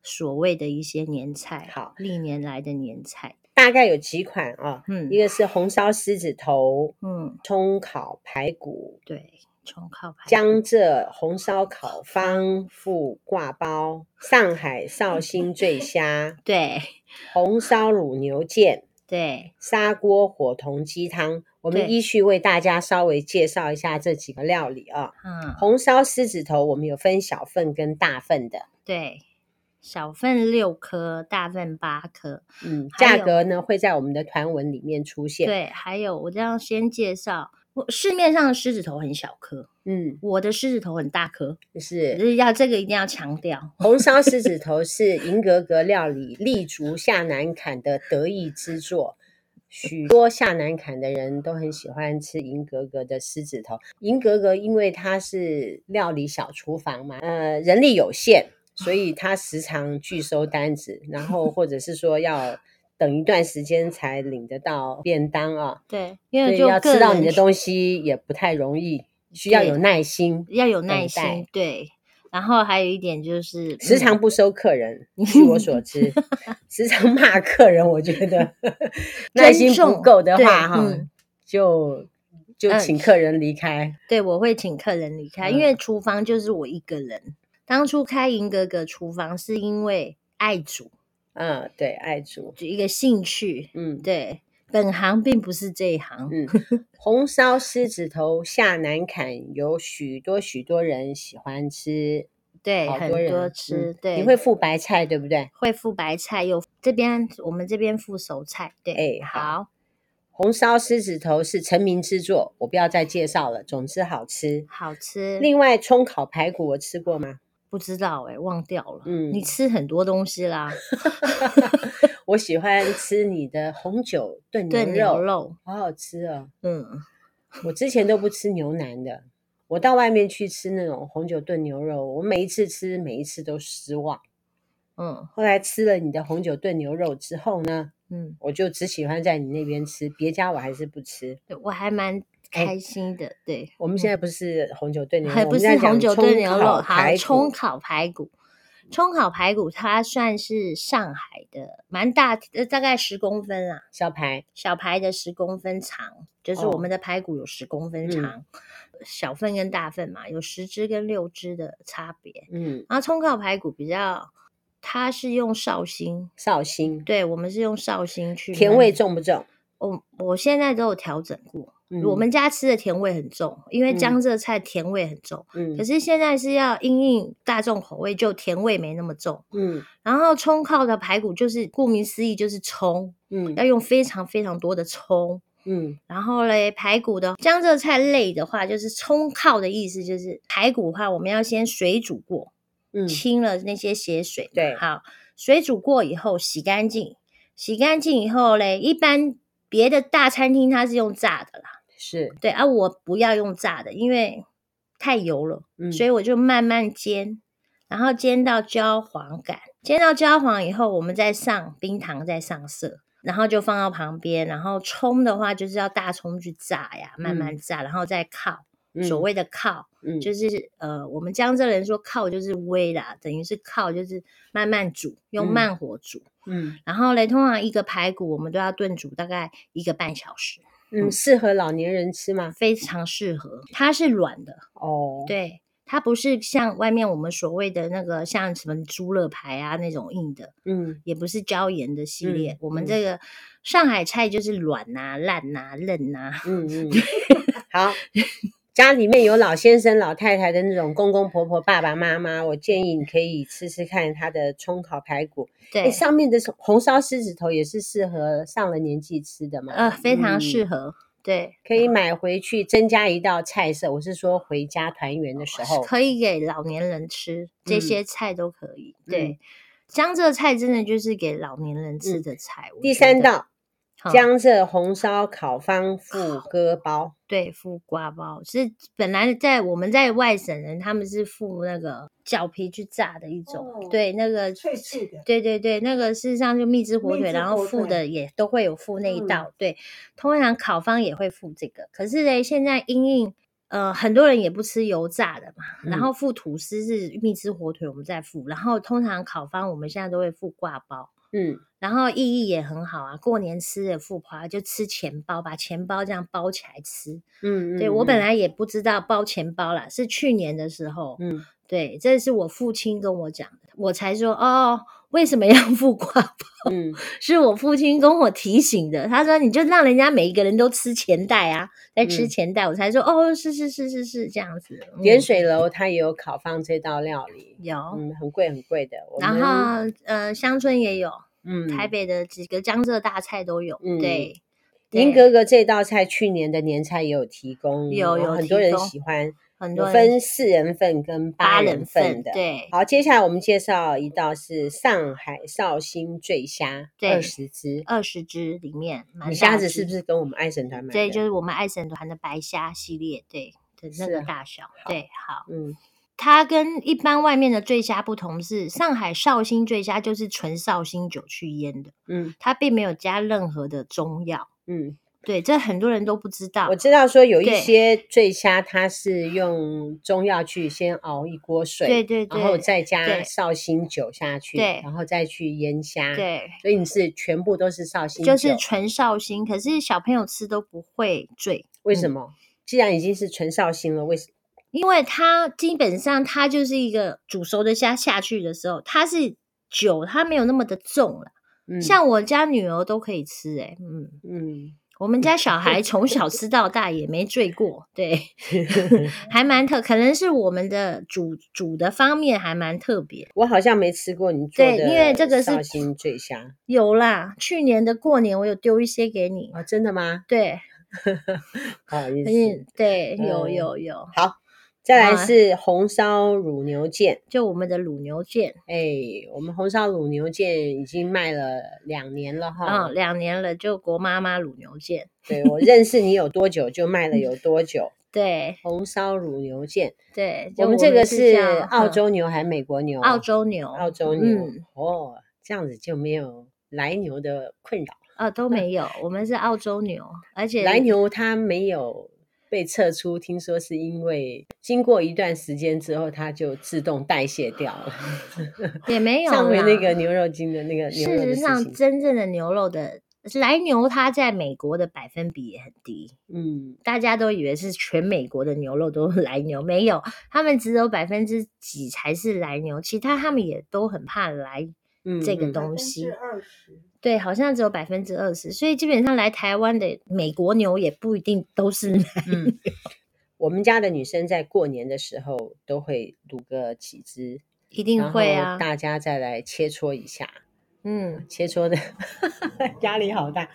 [SPEAKER 2] 所谓的一些年菜，
[SPEAKER 1] 好，
[SPEAKER 2] 历年来的年菜，
[SPEAKER 1] 大概有几款啊、
[SPEAKER 2] 嗯
[SPEAKER 1] 一个是红烧狮子头、
[SPEAKER 2] 嗯，
[SPEAKER 1] 葱烤排骨、
[SPEAKER 2] 对，冲靠排
[SPEAKER 1] 江浙红烧烤方腹挂包、上海绍兴醉 虾、
[SPEAKER 2] 对
[SPEAKER 1] 红烧乳牛腱、
[SPEAKER 2] 对
[SPEAKER 1] 砂锅火铜鸡汤。我们
[SPEAKER 2] 对
[SPEAKER 1] 依序为大家稍微介绍一下这几个料理啊。
[SPEAKER 2] 嗯
[SPEAKER 1] 红烧狮子头我们有分小份跟大份的，
[SPEAKER 2] 对，小份六颗，大份八颗，
[SPEAKER 1] 嗯，
[SPEAKER 2] 还
[SPEAKER 1] 价
[SPEAKER 2] 有
[SPEAKER 1] 格呢会在我们的团文里面出现。，
[SPEAKER 2] 对，还有我这样先介绍，我市面上的狮子头很小颗，
[SPEAKER 1] 嗯，
[SPEAKER 2] 我的狮子头很大颗，
[SPEAKER 1] 就是
[SPEAKER 2] 就是要这个一定要强调。
[SPEAKER 1] 红烧狮子头是银格格料理立足下南坎的得意之作。许多下南坎的人都很喜欢吃银格格的狮子头。银格格因为它是料理小厨房嘛，呃，人力有限，所以它时常拒收单子，然后或者是说要等一段时间才领得到便当啊，
[SPEAKER 2] 对，因
[SPEAKER 1] 所
[SPEAKER 2] 为
[SPEAKER 1] 以
[SPEAKER 2] 就
[SPEAKER 1] 要
[SPEAKER 2] 个
[SPEAKER 1] 吃到你
[SPEAKER 2] 人
[SPEAKER 1] 的
[SPEAKER 2] 去
[SPEAKER 1] 东西也不太容易，需要有
[SPEAKER 2] 对
[SPEAKER 1] 耐心，
[SPEAKER 2] 要有
[SPEAKER 1] 等
[SPEAKER 2] 耐
[SPEAKER 1] 待
[SPEAKER 2] 心，对。然后还有一点就是
[SPEAKER 1] 时
[SPEAKER 2] 嗯
[SPEAKER 1] 常不收客人，据我所 知，时常骂客人，我觉得耐心不够的话，
[SPEAKER 2] 尊重
[SPEAKER 1] 哈、
[SPEAKER 2] 对嗯
[SPEAKER 1] 就就
[SPEAKER 2] 嗯
[SPEAKER 1] 请客人离开。
[SPEAKER 2] 对我会请客人离开，
[SPEAKER 1] 嗯
[SPEAKER 2] 因为厨房就是我一个人。当初开银格格厨房是因为爱煮，
[SPEAKER 1] 嗯，对，爱煮，
[SPEAKER 2] 就一个兴趣。
[SPEAKER 1] 嗯
[SPEAKER 2] 对，本行并不是这一行。
[SPEAKER 1] 嗯，红烧狮子头下南坎有许多许多人喜欢吃，
[SPEAKER 2] 对，
[SPEAKER 1] 好
[SPEAKER 2] 很
[SPEAKER 1] 多人
[SPEAKER 2] 多
[SPEAKER 1] 嗯
[SPEAKER 2] 吃。对，
[SPEAKER 1] 你会附白菜对不对？
[SPEAKER 2] 会附白菜，有这边我们这边附熟菜。对，
[SPEAKER 1] 哎好
[SPEAKER 2] 好，
[SPEAKER 1] 红烧狮子头是成名之作，我不要再介绍了，总之好吃。
[SPEAKER 2] 好吃。
[SPEAKER 1] 另外，葱烤排骨我吃过吗？
[SPEAKER 2] 不知道哎、忘掉了。
[SPEAKER 1] 嗯
[SPEAKER 2] 你吃很多东西 啦，
[SPEAKER 1] 我喜欢吃你的红酒炖牛
[SPEAKER 2] 炖
[SPEAKER 1] 肉，
[SPEAKER 2] 牛肉，
[SPEAKER 1] 好好吃哦！
[SPEAKER 2] 嗯，
[SPEAKER 1] 我之前都不吃牛腩的，我到外面去吃那种红酒炖牛肉，我每一次吃，每一次都失望。
[SPEAKER 2] 嗯
[SPEAKER 1] 后来吃了你的红酒炖牛肉之后呢，
[SPEAKER 2] 嗯，
[SPEAKER 1] 我就只喜欢在你那边吃，别家我还是不吃。
[SPEAKER 2] 对我还蛮
[SPEAKER 1] 哎
[SPEAKER 2] 开心的。对，
[SPEAKER 1] 我们现在不是红酒炖牛肉，
[SPEAKER 2] 还
[SPEAKER 1] 我
[SPEAKER 2] 不
[SPEAKER 1] 们
[SPEAKER 2] 是
[SPEAKER 1] 在讲
[SPEAKER 2] 红酒
[SPEAKER 1] 葱
[SPEAKER 2] 炖牛
[SPEAKER 1] 烤
[SPEAKER 2] 肉，
[SPEAKER 1] 排
[SPEAKER 2] 好，
[SPEAKER 1] 骨
[SPEAKER 2] 葱烤排骨。葱烤排骨，它算是上海的蛮大，呃，大概十公分啦，
[SPEAKER 1] 小排，
[SPEAKER 2] 小排的十公分长，就是
[SPEAKER 1] 哦
[SPEAKER 2] 我们的排骨有十公分
[SPEAKER 1] 嗯
[SPEAKER 2] 长，小份跟大份嘛，有十只跟六只的差别。
[SPEAKER 1] 嗯，
[SPEAKER 2] 然后葱烤排骨比较，它是用绍兴，
[SPEAKER 1] 绍兴，
[SPEAKER 2] 对我们是用绍兴去
[SPEAKER 1] 甜
[SPEAKER 2] 焖
[SPEAKER 1] 味。重不重？
[SPEAKER 2] 我我现在都有调整过，
[SPEAKER 1] 嗯
[SPEAKER 2] 我们家吃的甜味很重，因为
[SPEAKER 1] 嗯
[SPEAKER 2] 江浙菜甜味很重。
[SPEAKER 1] 嗯
[SPEAKER 2] 可是现在是要因应大众口味，就甜味没那么重。
[SPEAKER 1] 嗯
[SPEAKER 2] 然后葱烤的排骨就是顾名思义就是葱，
[SPEAKER 1] 嗯
[SPEAKER 2] 要用非常非常多的葱。
[SPEAKER 1] 嗯
[SPEAKER 2] 然后嘞，排骨的江浙菜类的话，就是葱烤的意思，就是排骨的话，我们要先水煮过，
[SPEAKER 1] 嗯
[SPEAKER 2] 清了那些血水嘛，
[SPEAKER 1] 对
[SPEAKER 2] 好，水煮过以后洗干净，洗干净以后嘞，一般别的大餐厅它是用炸的啦，
[SPEAKER 1] 是
[SPEAKER 2] 对啊，我不要用炸的，因为太油了，
[SPEAKER 1] 嗯
[SPEAKER 2] 所以我就慢慢煎，然后煎到焦黄感，煎到焦黄以后，我们再上冰糖，再上色。然后就放到旁边，然后葱的话就是要大葱去炸呀，慢慢炸，然后再烤。所谓的烤，
[SPEAKER 1] 嗯
[SPEAKER 2] 就是是呃，我们江浙人说靠就是煨啦，等于是靠就是慢慢煮，用
[SPEAKER 1] 嗯
[SPEAKER 2] 慢火煮。
[SPEAKER 1] 嗯
[SPEAKER 2] 然后嘞，通常一个排骨我们都要炖煮大概一个半小时，
[SPEAKER 1] 嗯适合老年人吃吗？
[SPEAKER 2] 非常适合。它是软的，
[SPEAKER 1] 哦，
[SPEAKER 2] 对，它不是像外面我们所谓的那个像什么猪肋排啊那种硬的，
[SPEAKER 1] 嗯
[SPEAKER 2] 也不是椒盐的系
[SPEAKER 1] 嗯
[SPEAKER 2] 列。我们
[SPEAKER 1] 嗯
[SPEAKER 2] 这个上海菜就是软呐、烂呐、嫩啊呐、
[SPEAKER 1] 嗯 嗯，好。家里面有老先生、老太太的那种公公婆婆、爸爸妈妈，我建议你可以吃吃看他的葱烤排骨，
[SPEAKER 2] 对，
[SPEAKER 1] 哎，上面的是红烧狮子头也是适合上了年纪吃的嘛，
[SPEAKER 2] 呃，非常适
[SPEAKER 1] 嗯
[SPEAKER 2] 合。对，
[SPEAKER 1] 可以买回去增加一道菜色。我是说回家团圆的时候，
[SPEAKER 2] 哦可以给老年人吃，这
[SPEAKER 1] 嗯
[SPEAKER 2] 些菜都可以。
[SPEAKER 1] 嗯
[SPEAKER 2] 对，江浙菜真的就是给老年人吃的菜。我
[SPEAKER 1] 嗯第
[SPEAKER 2] 觉
[SPEAKER 1] 三
[SPEAKER 2] 得
[SPEAKER 1] 道
[SPEAKER 2] 好
[SPEAKER 1] 江浙红烧烤方副割包，
[SPEAKER 2] 对附瓜包是本来在我们在外省人他们是附那个饺皮去炸的一种，
[SPEAKER 3] 哦
[SPEAKER 2] 对那个
[SPEAKER 3] 脆脆的
[SPEAKER 2] 对对对，那个事实上就蜜汁火
[SPEAKER 3] 蜜
[SPEAKER 2] 腿，
[SPEAKER 3] 汁
[SPEAKER 2] 然后
[SPEAKER 3] 火
[SPEAKER 2] 附
[SPEAKER 3] 腿
[SPEAKER 2] 的也都会有附那一
[SPEAKER 3] 嗯
[SPEAKER 2] 道。对，通常烤方也会附这个，可是嘞，现在因应呃很多人也不吃油炸的嘛，
[SPEAKER 1] 嗯
[SPEAKER 2] 然后附吐司是蜜汁火腿，我们再附，然后通常烤方我们现在都会附挂包。
[SPEAKER 1] 嗯
[SPEAKER 2] 然后意义也很好啊，过年吃的附瓜就吃钱包，把钱包这样包起来吃。
[SPEAKER 1] 嗯，
[SPEAKER 2] 对我本
[SPEAKER 1] 嗯
[SPEAKER 2] 来也不知道包钱包啦，是去年的时候，
[SPEAKER 1] 嗯
[SPEAKER 2] 对，这是我父亲跟我讲的，我才说哦，为什么要附挂包？
[SPEAKER 1] 嗯
[SPEAKER 2] 是我父亲跟我提醒的，他说你就让人家每一个人都吃钱袋啊，在吃
[SPEAKER 1] 嗯
[SPEAKER 2] 钱袋，我才说哦，是是是是是这样子。嗯
[SPEAKER 1] 点水楼它也有烤方这道料理，
[SPEAKER 2] 有，
[SPEAKER 1] 嗯，很贵很贵的。我
[SPEAKER 2] 然
[SPEAKER 1] 们
[SPEAKER 2] 后呃，乡村也有，
[SPEAKER 1] 嗯，
[SPEAKER 2] 台北的几个江浙大菜都有，
[SPEAKER 1] 嗯
[SPEAKER 2] 对。
[SPEAKER 1] 银
[SPEAKER 2] 对
[SPEAKER 1] 格格这道菜去年的年菜也有提供，
[SPEAKER 2] 有
[SPEAKER 1] 然后
[SPEAKER 2] 有
[SPEAKER 1] 很
[SPEAKER 2] 提
[SPEAKER 1] 多人
[SPEAKER 2] 供
[SPEAKER 1] 喜欢，
[SPEAKER 2] 很
[SPEAKER 1] 有
[SPEAKER 2] 多人
[SPEAKER 1] 分四人份跟
[SPEAKER 2] 八
[SPEAKER 1] 人
[SPEAKER 2] 人份
[SPEAKER 1] 的，
[SPEAKER 2] 对
[SPEAKER 1] 好，接下来我们介绍一道是上海绍兴醉虾，
[SPEAKER 2] 对
[SPEAKER 1] 二十只。
[SPEAKER 2] 二十只里面，蛮
[SPEAKER 1] 你
[SPEAKER 2] 大
[SPEAKER 1] 虾子是
[SPEAKER 2] 只
[SPEAKER 1] 不是跟我们爱神团买的？
[SPEAKER 2] 对，就是我们爱神团的白虾系列，对的那
[SPEAKER 1] 是
[SPEAKER 2] 个
[SPEAKER 1] 啊
[SPEAKER 2] 大小，对，好。
[SPEAKER 1] 嗯
[SPEAKER 2] 它跟一般外面的醉虾不同是，上海绍兴醉虾就是纯绍兴酒去腌的，
[SPEAKER 1] 嗯
[SPEAKER 2] 它并没有加任何的中药。
[SPEAKER 1] 嗯，
[SPEAKER 2] 对，这很多人都不知道
[SPEAKER 1] 我。知道说有一
[SPEAKER 2] 对
[SPEAKER 1] 些醉虾，它是用中药去先熬一锅水，
[SPEAKER 2] 对对
[SPEAKER 1] 然后
[SPEAKER 2] 对
[SPEAKER 1] 再加
[SPEAKER 2] 对
[SPEAKER 1] 绍兴酒下去，
[SPEAKER 2] 对
[SPEAKER 1] 然后再去腌虾，，
[SPEAKER 2] 对，
[SPEAKER 1] 所以你是全部都是绍兴酒，
[SPEAKER 2] 就是纯绍兴，可是小朋友吃都不会醉，
[SPEAKER 1] 为什么？既然已经是纯绍兴了，为什
[SPEAKER 2] 因为它基本上它就是一个煮熟的虾下去的时候，它是酒它没有那么的重了，
[SPEAKER 1] 嗯
[SPEAKER 2] 像我家女儿都可以吃、欸，嗯，
[SPEAKER 1] 嗯，
[SPEAKER 2] 我们家 小孩从小吃到大也没醉过，对，还蛮特，可能是我们的煮煮的方面还蛮特别。
[SPEAKER 1] 我好像没吃过你做
[SPEAKER 2] 对，
[SPEAKER 1] 的，
[SPEAKER 2] 因为这个是
[SPEAKER 1] 绍兴醉虾
[SPEAKER 2] 有啦，去年的过年我有丢一些给你，
[SPEAKER 1] 哦，真的吗？
[SPEAKER 2] 对，
[SPEAKER 1] 不好意思，
[SPEAKER 2] 嗯，对，有
[SPEAKER 1] 嗯
[SPEAKER 2] 有有，
[SPEAKER 1] 再
[SPEAKER 2] 啊
[SPEAKER 1] 来是红烧乳牛腱，
[SPEAKER 2] 就我们的卤牛腱，
[SPEAKER 1] 哎，我们红烧乳牛腱已经卖了两年了哈，
[SPEAKER 2] 嗯，两年了，就国妈妈卤牛腱，
[SPEAKER 1] 对我认识你有多久就卖了有多久，
[SPEAKER 2] 对
[SPEAKER 1] 红烧乳牛 腱，
[SPEAKER 2] 对，就
[SPEAKER 1] 我们这个是
[SPEAKER 2] 是叫
[SPEAKER 1] 澳
[SPEAKER 2] 嗯
[SPEAKER 1] 洲牛还是美国牛？啊
[SPEAKER 2] 澳洲牛，
[SPEAKER 1] 澳洲牛、
[SPEAKER 2] 嗯
[SPEAKER 1] 哦，这样子就没有来牛的困扰。
[SPEAKER 2] 啊，都没有，我们是澳洲牛，而且
[SPEAKER 1] 来牛它没有被测出，听说是因为经过一段时间之后，它就自动代谢掉了。
[SPEAKER 2] 也没有
[SPEAKER 1] 上回
[SPEAKER 2] 啦
[SPEAKER 1] 那个牛肉精的那个牛
[SPEAKER 2] 事
[SPEAKER 1] 肉
[SPEAKER 2] 实
[SPEAKER 1] 的事
[SPEAKER 2] 上，
[SPEAKER 1] 情，
[SPEAKER 2] 真正的牛肉的来牛，它在美国的百分比也很低，
[SPEAKER 1] 嗯，
[SPEAKER 2] 大家都以为是全美国的牛肉都是 来牛，没有，他们只有百分之几才是来牛，其他他们也都很怕来。
[SPEAKER 1] 嗯
[SPEAKER 2] 这个
[SPEAKER 1] 嗯
[SPEAKER 2] 东
[SPEAKER 3] 百分
[SPEAKER 2] 西
[SPEAKER 3] 之二十，
[SPEAKER 2] 对，好像只有百分之二十，所以基本上来台湾的美国牛也不一定都是来
[SPEAKER 1] 嗯， 我们家的女生在过年的时候都会卤个几只，
[SPEAKER 2] 一
[SPEAKER 1] 然
[SPEAKER 2] 定
[SPEAKER 1] 后
[SPEAKER 2] 会啊，
[SPEAKER 1] 大家再来切磋一下，
[SPEAKER 2] 嗯。
[SPEAKER 1] 切磋的 压力好大，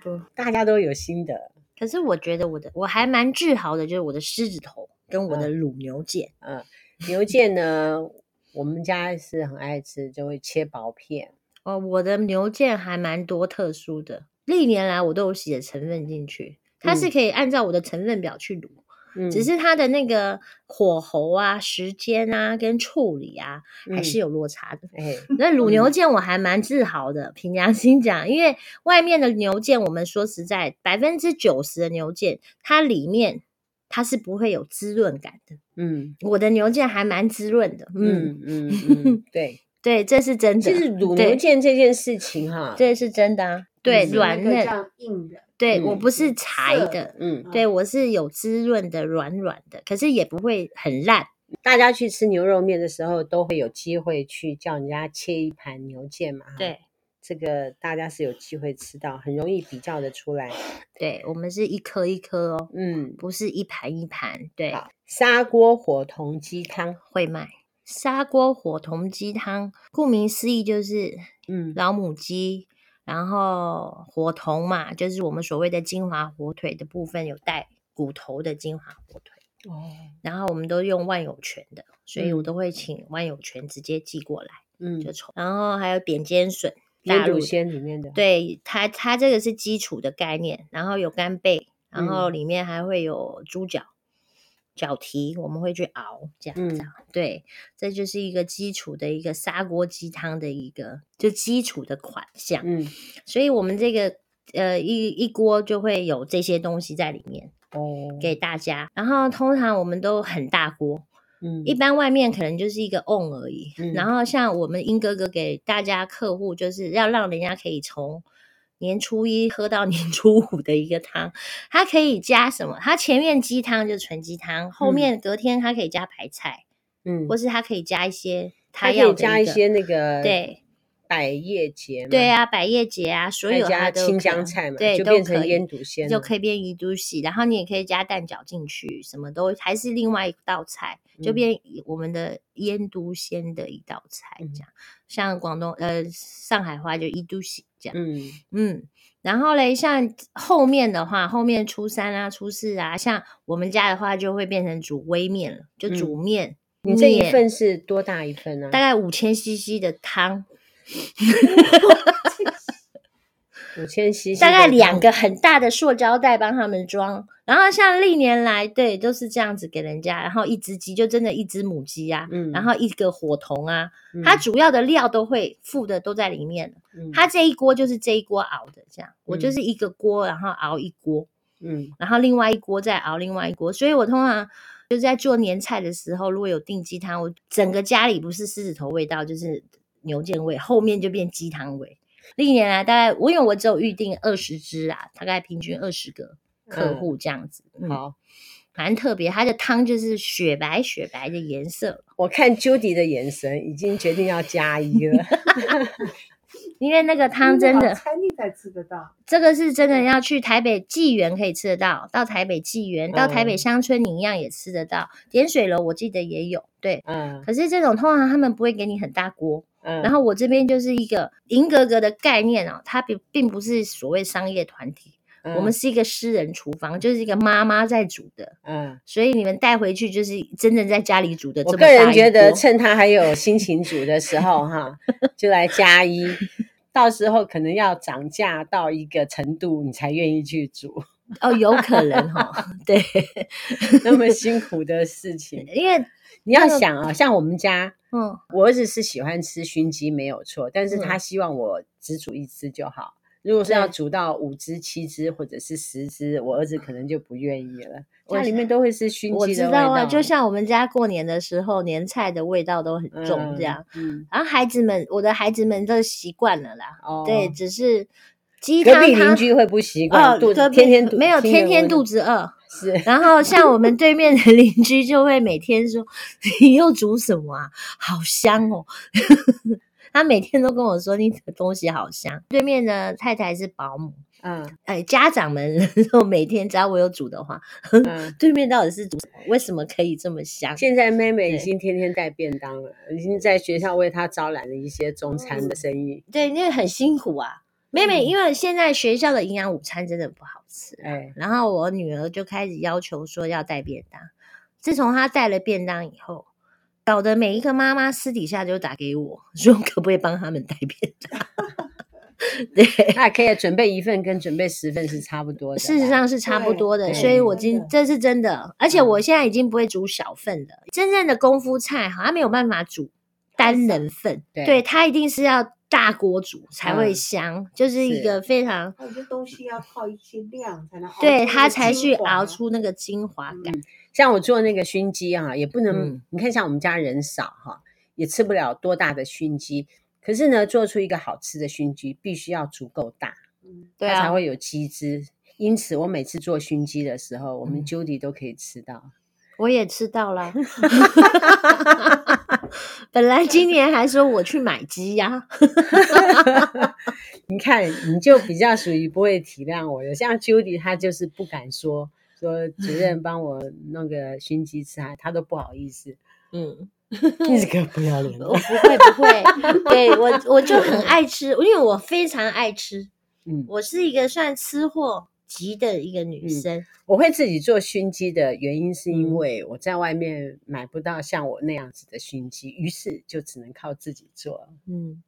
[SPEAKER 2] 不，
[SPEAKER 1] 大家都有心得，
[SPEAKER 2] 可是我觉得我的我还蛮自豪的，就是我的狮子头跟
[SPEAKER 1] 嗯
[SPEAKER 2] 我的乳牛腱，
[SPEAKER 1] 牛腱呢，我们家是很爱吃，就会切薄片。
[SPEAKER 2] 哦，我的牛腱还蛮多特殊的，历年来我都有写成分进去，它是
[SPEAKER 1] 嗯
[SPEAKER 2] 可以按照我的成分表去卤，
[SPEAKER 1] 嗯，
[SPEAKER 2] 只是它的那个火候啊、时间啊、跟处理啊，还是
[SPEAKER 1] 嗯
[SPEAKER 2] 有落差 的。
[SPEAKER 1] 哎，
[SPEAKER 2] 那卤牛
[SPEAKER 1] 嗯
[SPEAKER 2] 腱我还蛮自豪的，凭良心讲，因为外面的牛腱，我们说实在，百分之九十的牛腱，它里面它是不会有滋润感的。
[SPEAKER 1] 嗯
[SPEAKER 2] 我的牛腱还蛮滋润的，嗯，
[SPEAKER 1] 嗯嗯嗯，对。
[SPEAKER 2] 对，这是真的。
[SPEAKER 1] 其实卤牛
[SPEAKER 2] 对，
[SPEAKER 1] 腱这件事情哈，
[SPEAKER 2] 这是真的、啊，对，
[SPEAKER 1] 是那
[SPEAKER 2] 软
[SPEAKER 3] 那个这
[SPEAKER 2] 嫩，
[SPEAKER 3] 样硬的，
[SPEAKER 2] 对、我
[SPEAKER 1] 嗯
[SPEAKER 2] 不是柴
[SPEAKER 3] 色
[SPEAKER 2] 的，
[SPEAKER 1] 嗯，
[SPEAKER 2] 对我是有滋润的，软软的，可是也不会很烂。啊
[SPEAKER 1] 大家去吃牛肉面的时候，都会有机会去叫人家切一盘牛腱嘛。哈，
[SPEAKER 2] 对，
[SPEAKER 1] 这个大家是有机会吃到，很容易比较的出来。
[SPEAKER 2] 对，我们是一颗一颗哦，
[SPEAKER 1] 嗯，
[SPEAKER 2] 不是一盘一盘，对，
[SPEAKER 1] 好，砂锅火铜鸡汤，
[SPEAKER 2] 会卖。砂锅火铜鸡汤，顾名思义就是
[SPEAKER 1] 嗯
[SPEAKER 2] 老母鸡，然后火铜嘛，就是我们所谓的金华火腿的部分有带骨头的金华火腿。
[SPEAKER 1] 哦，
[SPEAKER 2] 然后我们都用万有泉的，所以
[SPEAKER 1] 嗯
[SPEAKER 2] 我都会请万有泉直接寄过来，
[SPEAKER 1] 嗯，
[SPEAKER 2] 就从然后还有扁尖笋，
[SPEAKER 1] 扁
[SPEAKER 2] 大陆
[SPEAKER 1] 肚
[SPEAKER 2] 的
[SPEAKER 1] 鲜里面的，，
[SPEAKER 2] 对它它这个是基础的概念，然后有干贝，然后里面还会有猪脚、脚蹄，我们会去熬这样子啊、对，这就是一个基础的一个砂锅鸡汤的一个就基础的款项，
[SPEAKER 1] 嗯，
[SPEAKER 2] 所以我们这个呃一一锅就会有这些东西在里面
[SPEAKER 1] 哦，
[SPEAKER 2] 给大家，然后通常我们都很大锅。
[SPEAKER 1] 嗯
[SPEAKER 2] 一般外面可能就是一个 on 而已。
[SPEAKER 1] 嗯
[SPEAKER 2] 然后像我们英哥哥给大家客户，就是要让人家可以从年初一喝到 年初五的一个汤，它可以加什么？它前面鸡汤就纯鸡汤，后
[SPEAKER 1] 嗯
[SPEAKER 2] 面隔天它可以加白菜，
[SPEAKER 1] 嗯
[SPEAKER 2] 或，是它可以加一些
[SPEAKER 1] 它
[SPEAKER 2] 它
[SPEAKER 1] 可
[SPEAKER 2] 要
[SPEAKER 1] 以
[SPEAKER 2] 的
[SPEAKER 1] 加一
[SPEAKER 2] 个
[SPEAKER 1] 些那个
[SPEAKER 2] 对。
[SPEAKER 1] 百叶结嘛，
[SPEAKER 2] 对啊，百叶结啊，所
[SPEAKER 1] 再
[SPEAKER 2] 有
[SPEAKER 1] 加
[SPEAKER 2] 它都
[SPEAKER 1] 嗯青
[SPEAKER 2] 可
[SPEAKER 1] 江菜嘛，
[SPEAKER 2] 对，
[SPEAKER 1] 就
[SPEAKER 2] 都
[SPEAKER 1] 变成
[SPEAKER 2] 可以
[SPEAKER 1] 腌笃鲜
[SPEAKER 2] 就
[SPEAKER 1] 了
[SPEAKER 2] 可以变一都喜，然后你也可以加蛋饺进去，什么都还是另外一道菜，就
[SPEAKER 1] 嗯
[SPEAKER 2] 变我们的腌都鲜的一道菜这样。像广东呃上海话就一都喜这样，
[SPEAKER 1] 嗯
[SPEAKER 2] 嗯。然后嘞，像后面的话，后面初三啊、初四啊，像我们家的话就会变成煮微面了，
[SPEAKER 1] 嗯
[SPEAKER 2] 就煮面。
[SPEAKER 1] 你这一
[SPEAKER 2] 面
[SPEAKER 1] 份是多大一份呢、
[SPEAKER 2] 大概五千 CC 的汤，
[SPEAKER 1] 五千 cc，
[SPEAKER 2] 大概
[SPEAKER 1] 的嗯
[SPEAKER 2] 两
[SPEAKER 1] 汤
[SPEAKER 2] 个很大的塑胶袋帮他们装。然后像历年来，对，都是这样子给人家。然后一只鸡就真的一只母鸡啊，
[SPEAKER 1] 嗯
[SPEAKER 2] 然后一个火童啊，它主要的料都会附的都在里面了。
[SPEAKER 1] 嗯
[SPEAKER 2] 它这一锅就是这一锅熬的，这样我就
[SPEAKER 1] 嗯
[SPEAKER 2] 是一个锅，然后熬一锅，
[SPEAKER 1] 嗯
[SPEAKER 2] 然后另外一锅再熬另外一锅。所以我通常就在做年菜的时候，如果有订鸡汤，我整个家里不是狮子头味道，就是牛腱味，后面就变鸡汤味。历年来大概我因为我只有预定二十只啊，大概平均二十个客
[SPEAKER 1] 嗯
[SPEAKER 2] 户这样子。嗯
[SPEAKER 1] 好，
[SPEAKER 2] 蛮特别，它的汤就是雪白雪白的颜色，
[SPEAKER 1] 我看 Judy 的眼神已经决定要加一了。
[SPEAKER 2] 因为那个
[SPEAKER 1] 嗯
[SPEAKER 2] 汤真的，
[SPEAKER 3] 餐厅才吃得到。
[SPEAKER 2] 这个是真的要去台北纪元可以吃得到，到台北纪元，到台北
[SPEAKER 1] 嗯
[SPEAKER 2] 乡村你一样也吃得到，点水楼我记得也有，对。
[SPEAKER 1] 嗯
[SPEAKER 2] 可是这种通常他们不会给你很大锅，
[SPEAKER 1] 嗯，
[SPEAKER 2] 然后我这边就是一个银格格的概念哦，它并并不是所谓商业团体，
[SPEAKER 1] 嗯
[SPEAKER 2] 我们是一个私人厨房，就是一个妈妈在煮的，
[SPEAKER 1] 嗯。嗯
[SPEAKER 2] 所以你们带回去就是真正在家里煮的这
[SPEAKER 1] 我
[SPEAKER 2] 么
[SPEAKER 1] 个
[SPEAKER 2] 大一锅。
[SPEAKER 1] 人觉得，趁他还有心情煮的时候，哈，就来加一，到时候可能要涨价到一个程度，你才愿意去煮
[SPEAKER 2] 哦，有可能哦哈、对，
[SPEAKER 1] 那么辛苦的事 情。
[SPEAKER 2] 因为
[SPEAKER 1] 你要想啊，像我们家，
[SPEAKER 2] 嗯
[SPEAKER 1] 我儿子是喜欢吃熏鸡，没有错，但是他希望我只煮一只就好。如果是要
[SPEAKER 2] 对
[SPEAKER 1] 煮到五只、七只或者是十只，我儿子可能就不愿意了。
[SPEAKER 2] 我
[SPEAKER 1] 家里面都会是熏
[SPEAKER 2] 我
[SPEAKER 1] 鸡的
[SPEAKER 2] 知
[SPEAKER 1] 味
[SPEAKER 2] 道
[SPEAKER 1] 道，
[SPEAKER 2] 啊，就像我们家过年的时候，年菜的味道都很重，这样。
[SPEAKER 1] 嗯。嗯，
[SPEAKER 2] 然后孩子们，我的孩子们都习惯了啦。
[SPEAKER 1] 哦，
[SPEAKER 2] 对，只是鸡
[SPEAKER 1] 隔
[SPEAKER 2] 汤
[SPEAKER 1] 壁邻
[SPEAKER 2] 它
[SPEAKER 1] 居会不习
[SPEAKER 2] 哦
[SPEAKER 1] 惯，肚，子
[SPEAKER 2] 隔
[SPEAKER 1] 天
[SPEAKER 2] 壁
[SPEAKER 1] 天肚
[SPEAKER 2] 没有天
[SPEAKER 1] 我
[SPEAKER 2] 天
[SPEAKER 1] 的
[SPEAKER 2] 肚子饿，
[SPEAKER 1] 是
[SPEAKER 2] 然后像我们对面的邻居就会每天说：“你又煮什么啊？好香哦！” 他每天都跟我说：“你的东西好香。”对面的太太是保姆，
[SPEAKER 1] 嗯
[SPEAKER 2] 哎，家长们 都每天只要我有煮的话，
[SPEAKER 1] 嗯。
[SPEAKER 2] 对面到底是煮什么？为什么可以这么香？
[SPEAKER 1] 现在妹妹
[SPEAKER 2] 对
[SPEAKER 1] 已经天天带便当了，已经在学校为她招揽了一些中餐的生意。
[SPEAKER 2] 对，因为很辛苦啊。妹妹，因为现在学校的营养午餐真的不好吃，
[SPEAKER 1] 哎，
[SPEAKER 2] 然后我女儿就开始要求说要带便当。自从她带了便当以后，搞得每一个妈妈私底下就打给我 说，可不可以帮他们带便当？ 对，
[SPEAKER 1] 那可以准备一份，跟准备十份是差不多的啦。
[SPEAKER 2] 事实上是差不
[SPEAKER 3] 对
[SPEAKER 2] 多的，
[SPEAKER 1] 对嗯
[SPEAKER 2] 所以我
[SPEAKER 3] 真
[SPEAKER 2] 今
[SPEAKER 3] 的
[SPEAKER 2] 这是真的，而且我现在已经不会煮小份的，真正的功夫菜好像没有办法煮单人份，
[SPEAKER 1] 对
[SPEAKER 2] 对，它一定是要大锅煮才会
[SPEAKER 1] 嗯
[SPEAKER 2] 香，就是一
[SPEAKER 1] 是
[SPEAKER 2] 个非常
[SPEAKER 3] 还有些东西要靠一些量才能熬
[SPEAKER 2] 对
[SPEAKER 3] 出
[SPEAKER 2] 它
[SPEAKER 3] 那个
[SPEAKER 2] 才
[SPEAKER 3] 精
[SPEAKER 2] 去
[SPEAKER 3] 华
[SPEAKER 2] 熬出那个精华
[SPEAKER 1] 嗯
[SPEAKER 2] 感。
[SPEAKER 1] 像我做那个熏鸡啊，也不能，
[SPEAKER 2] 嗯
[SPEAKER 1] 你看像我们家人少哈，也吃不了多大的熏鸡。可是呢，做出一个好吃的熏鸡，必须要足够大，
[SPEAKER 3] 嗯
[SPEAKER 2] 对
[SPEAKER 1] 它
[SPEAKER 2] 啊
[SPEAKER 1] 才，会有鸡汁。因此，我每次做熏鸡的时候，我们
[SPEAKER 2] 嗯
[SPEAKER 1] Judy 都可以吃到。
[SPEAKER 2] 我也吃 到了。本来今年还说我去买鸡呀、
[SPEAKER 1] 你看，你就比较属于不会体谅我的，像 Judy 她就是不敢说说主 任帮我弄个熏鸡吃啊，她都不好意思，
[SPEAKER 2] 嗯，
[SPEAKER 1] 你这个不要脸的
[SPEAKER 2] 我不会不会，对我我就很爱吃，因为我非常爱吃，
[SPEAKER 1] 嗯，
[SPEAKER 2] 我是一个算吃货级的一个女
[SPEAKER 1] 嗯
[SPEAKER 2] 生。
[SPEAKER 1] 我会自己做熏鸡的原因是
[SPEAKER 2] 嗯
[SPEAKER 1] 因为我在外面买不到像我那样子的熏鸡，于是就只能靠自己做。
[SPEAKER 2] 嗯，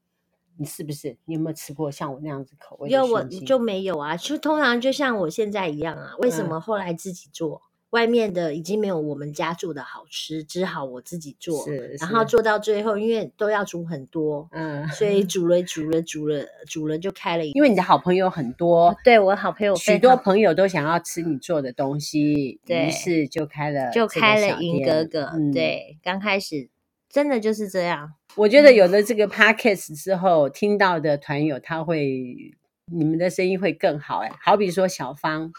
[SPEAKER 1] 你是不是？你有没有吃过像我那样子口味
[SPEAKER 2] 因
[SPEAKER 1] 的
[SPEAKER 2] 为我
[SPEAKER 1] 熏鸡？
[SPEAKER 2] 就没有啊，就通常就像我现在一样啊。为什
[SPEAKER 1] 嗯
[SPEAKER 2] 么后来自己做？外面的已经没有我们家做的好吃，只好我自己做。
[SPEAKER 1] 是
[SPEAKER 2] 然后
[SPEAKER 1] 是
[SPEAKER 2] 做到最后，因为都要煮很多，
[SPEAKER 1] 嗯，
[SPEAKER 2] 所以煮了煮了煮了煮了就开了一。
[SPEAKER 1] 因为你的好朋友很多，
[SPEAKER 2] 啊哦对我好朋友
[SPEAKER 1] 许
[SPEAKER 2] 非
[SPEAKER 1] 多
[SPEAKER 2] 常
[SPEAKER 1] 朋友都想要吃你做的东西，
[SPEAKER 2] 对
[SPEAKER 1] 于是就开了
[SPEAKER 2] 就
[SPEAKER 1] 这个
[SPEAKER 2] 开
[SPEAKER 1] 小
[SPEAKER 2] 了银格
[SPEAKER 1] 店
[SPEAKER 2] 格，
[SPEAKER 1] 嗯
[SPEAKER 2] 对，嗯刚开始真的就是这样。
[SPEAKER 1] 我觉得有了这个 podcast 之后，听到的团友他会，你们的声音会更好哎。好比说小芳，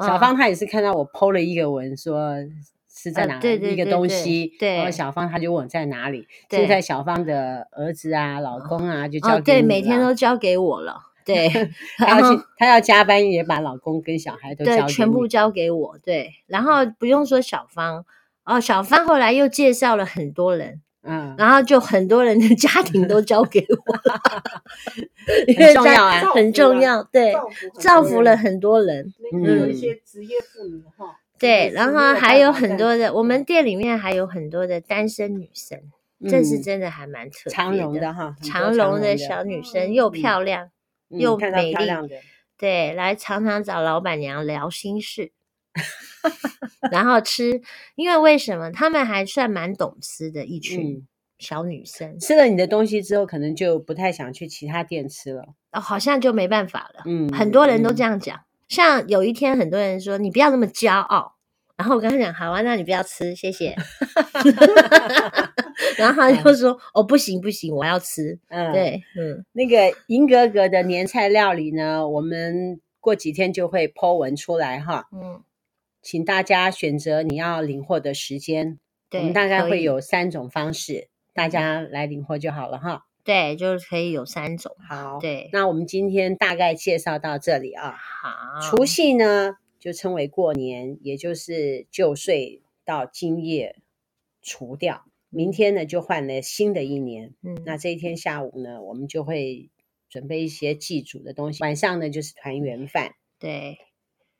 [SPEAKER 1] 小
[SPEAKER 2] 嗯
[SPEAKER 1] 芳她也是看到我 PO 了一个文说。是在
[SPEAKER 2] 呃
[SPEAKER 1] 哪、
[SPEAKER 2] 对对
[SPEAKER 1] 一个
[SPEAKER 2] 对
[SPEAKER 1] 东
[SPEAKER 2] 对
[SPEAKER 1] 西？然后
[SPEAKER 2] 对
[SPEAKER 1] 小芳她就问我在哪里。
[SPEAKER 2] 对
[SPEAKER 1] 现在小芳的儿子啊、老公啊，就交给
[SPEAKER 2] 哦，对，
[SPEAKER 1] 你
[SPEAKER 2] 每天
[SPEAKER 1] 了
[SPEAKER 2] 都交给我了，对，
[SPEAKER 1] 她
[SPEAKER 2] 然
[SPEAKER 1] 要
[SPEAKER 2] 后
[SPEAKER 1] 去，她要加班也把老公跟小孩 都交
[SPEAKER 2] 对
[SPEAKER 1] 给
[SPEAKER 2] 全部
[SPEAKER 1] 你
[SPEAKER 2] 交给我，对，然后不用说小芳。哦，小芳后来又介绍了很多人，
[SPEAKER 1] 嗯，
[SPEAKER 2] 然后就很多人的家庭都交给我，因
[SPEAKER 1] 很
[SPEAKER 2] 为
[SPEAKER 1] 重
[SPEAKER 2] 在
[SPEAKER 1] 要啊
[SPEAKER 3] 造
[SPEAKER 2] 很
[SPEAKER 3] 福了
[SPEAKER 2] 重要，对，
[SPEAKER 3] 造福很
[SPEAKER 2] 造
[SPEAKER 3] 多
[SPEAKER 2] 福
[SPEAKER 3] 人
[SPEAKER 2] 了很多人。
[SPEAKER 3] 那个有
[SPEAKER 1] 嗯
[SPEAKER 3] 一些职业妇女哈。
[SPEAKER 2] 对，然后还有很多的，我们
[SPEAKER 3] 店
[SPEAKER 2] 店里面还有很多的单身女生，这是
[SPEAKER 1] 嗯
[SPEAKER 2] 真的还蛮特别
[SPEAKER 1] 长荣
[SPEAKER 2] 的
[SPEAKER 1] 的哈，很多
[SPEAKER 2] 长荣
[SPEAKER 1] 的
[SPEAKER 2] 的小女生又
[SPEAKER 1] 嗯
[SPEAKER 2] 漂亮，
[SPEAKER 1] 嗯
[SPEAKER 2] 又
[SPEAKER 1] 看到
[SPEAKER 2] 美
[SPEAKER 1] 漂
[SPEAKER 2] 丽
[SPEAKER 1] 亮的，
[SPEAKER 2] 对，来常常找老板娘聊心事， 然后吃，因为为什么他们还算蛮懂吃的一群
[SPEAKER 1] 嗯，
[SPEAKER 2] 小女生，
[SPEAKER 1] 吃了你的东西之后，可能就不太想去其他店吃了。
[SPEAKER 2] 哦，好像就没办法了。
[SPEAKER 1] 嗯，
[SPEAKER 2] 很多人都
[SPEAKER 1] 嗯
[SPEAKER 2] 这样讲。像有一天，很多人说你不要那么骄傲。然后我跟他讲，好啊，那你不要吃，谢谢。然后他就说，哦，不行不行，我要吃。
[SPEAKER 1] 嗯，
[SPEAKER 2] 对，嗯，
[SPEAKER 1] 那个银格格的年菜料理呢，我们过几天就会 Po 文出来哈。
[SPEAKER 2] 嗯，
[SPEAKER 1] 请大家选择你要领货的时间，我
[SPEAKER 2] 对，
[SPEAKER 1] 们大概
[SPEAKER 2] 可
[SPEAKER 1] 会
[SPEAKER 2] 以
[SPEAKER 1] 有三种方式，大家来领货就好了哈。
[SPEAKER 2] 对，就是可以有三种。
[SPEAKER 1] 好，
[SPEAKER 2] 对，
[SPEAKER 1] 那我们今天大概介绍到这里啊。
[SPEAKER 2] 好，
[SPEAKER 1] 除夕呢，就称为过年，也就是旧岁到今夜除掉，明天呢就换了新的一年。
[SPEAKER 2] 嗯
[SPEAKER 1] 那这一天下午呢，我们就会准备一些祭祖的东西，晚上呢就是团圆饭。
[SPEAKER 2] 对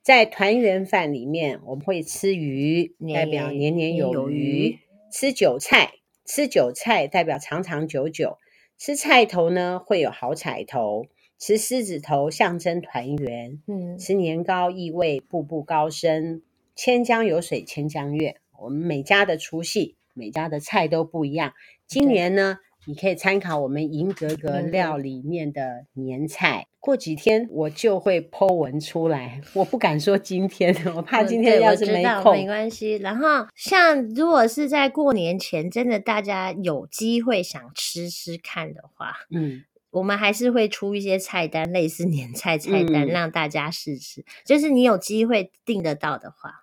[SPEAKER 1] 在团圆饭里面，我们会吃鱼，
[SPEAKER 2] 年
[SPEAKER 1] 代表年年
[SPEAKER 2] 年
[SPEAKER 1] 有
[SPEAKER 2] 有
[SPEAKER 1] 余；
[SPEAKER 2] 余
[SPEAKER 1] 吃韭菜，吃韭菜代表长长久久；吃菜头呢，会有好彩头；吃狮子头象征团圆；
[SPEAKER 2] 嗯
[SPEAKER 1] 吃年糕意味步步高升，千江有水千江月。我们每家的除夕，每家的菜都不一样。今
[SPEAKER 2] 对
[SPEAKER 1] 年呢，你可以参考我们银格格
[SPEAKER 2] 嗯
[SPEAKER 1] 料里面的年菜。过几天我就会 Po 文出来，我不敢说今天，我怕
[SPEAKER 2] 嗯
[SPEAKER 1] 今天
[SPEAKER 2] 对
[SPEAKER 1] 要
[SPEAKER 2] 我
[SPEAKER 1] 是
[SPEAKER 2] 知
[SPEAKER 1] 没
[SPEAKER 2] 道没
[SPEAKER 1] 空，
[SPEAKER 2] 关系。然后，像如果是在过年前，真的大家有机会想吃吃看的话，
[SPEAKER 1] 嗯，
[SPEAKER 2] 我们还是会出一些菜单，类似年菜菜单，
[SPEAKER 1] 嗯
[SPEAKER 2] 让大家试吃。就是你有机会订得到的话，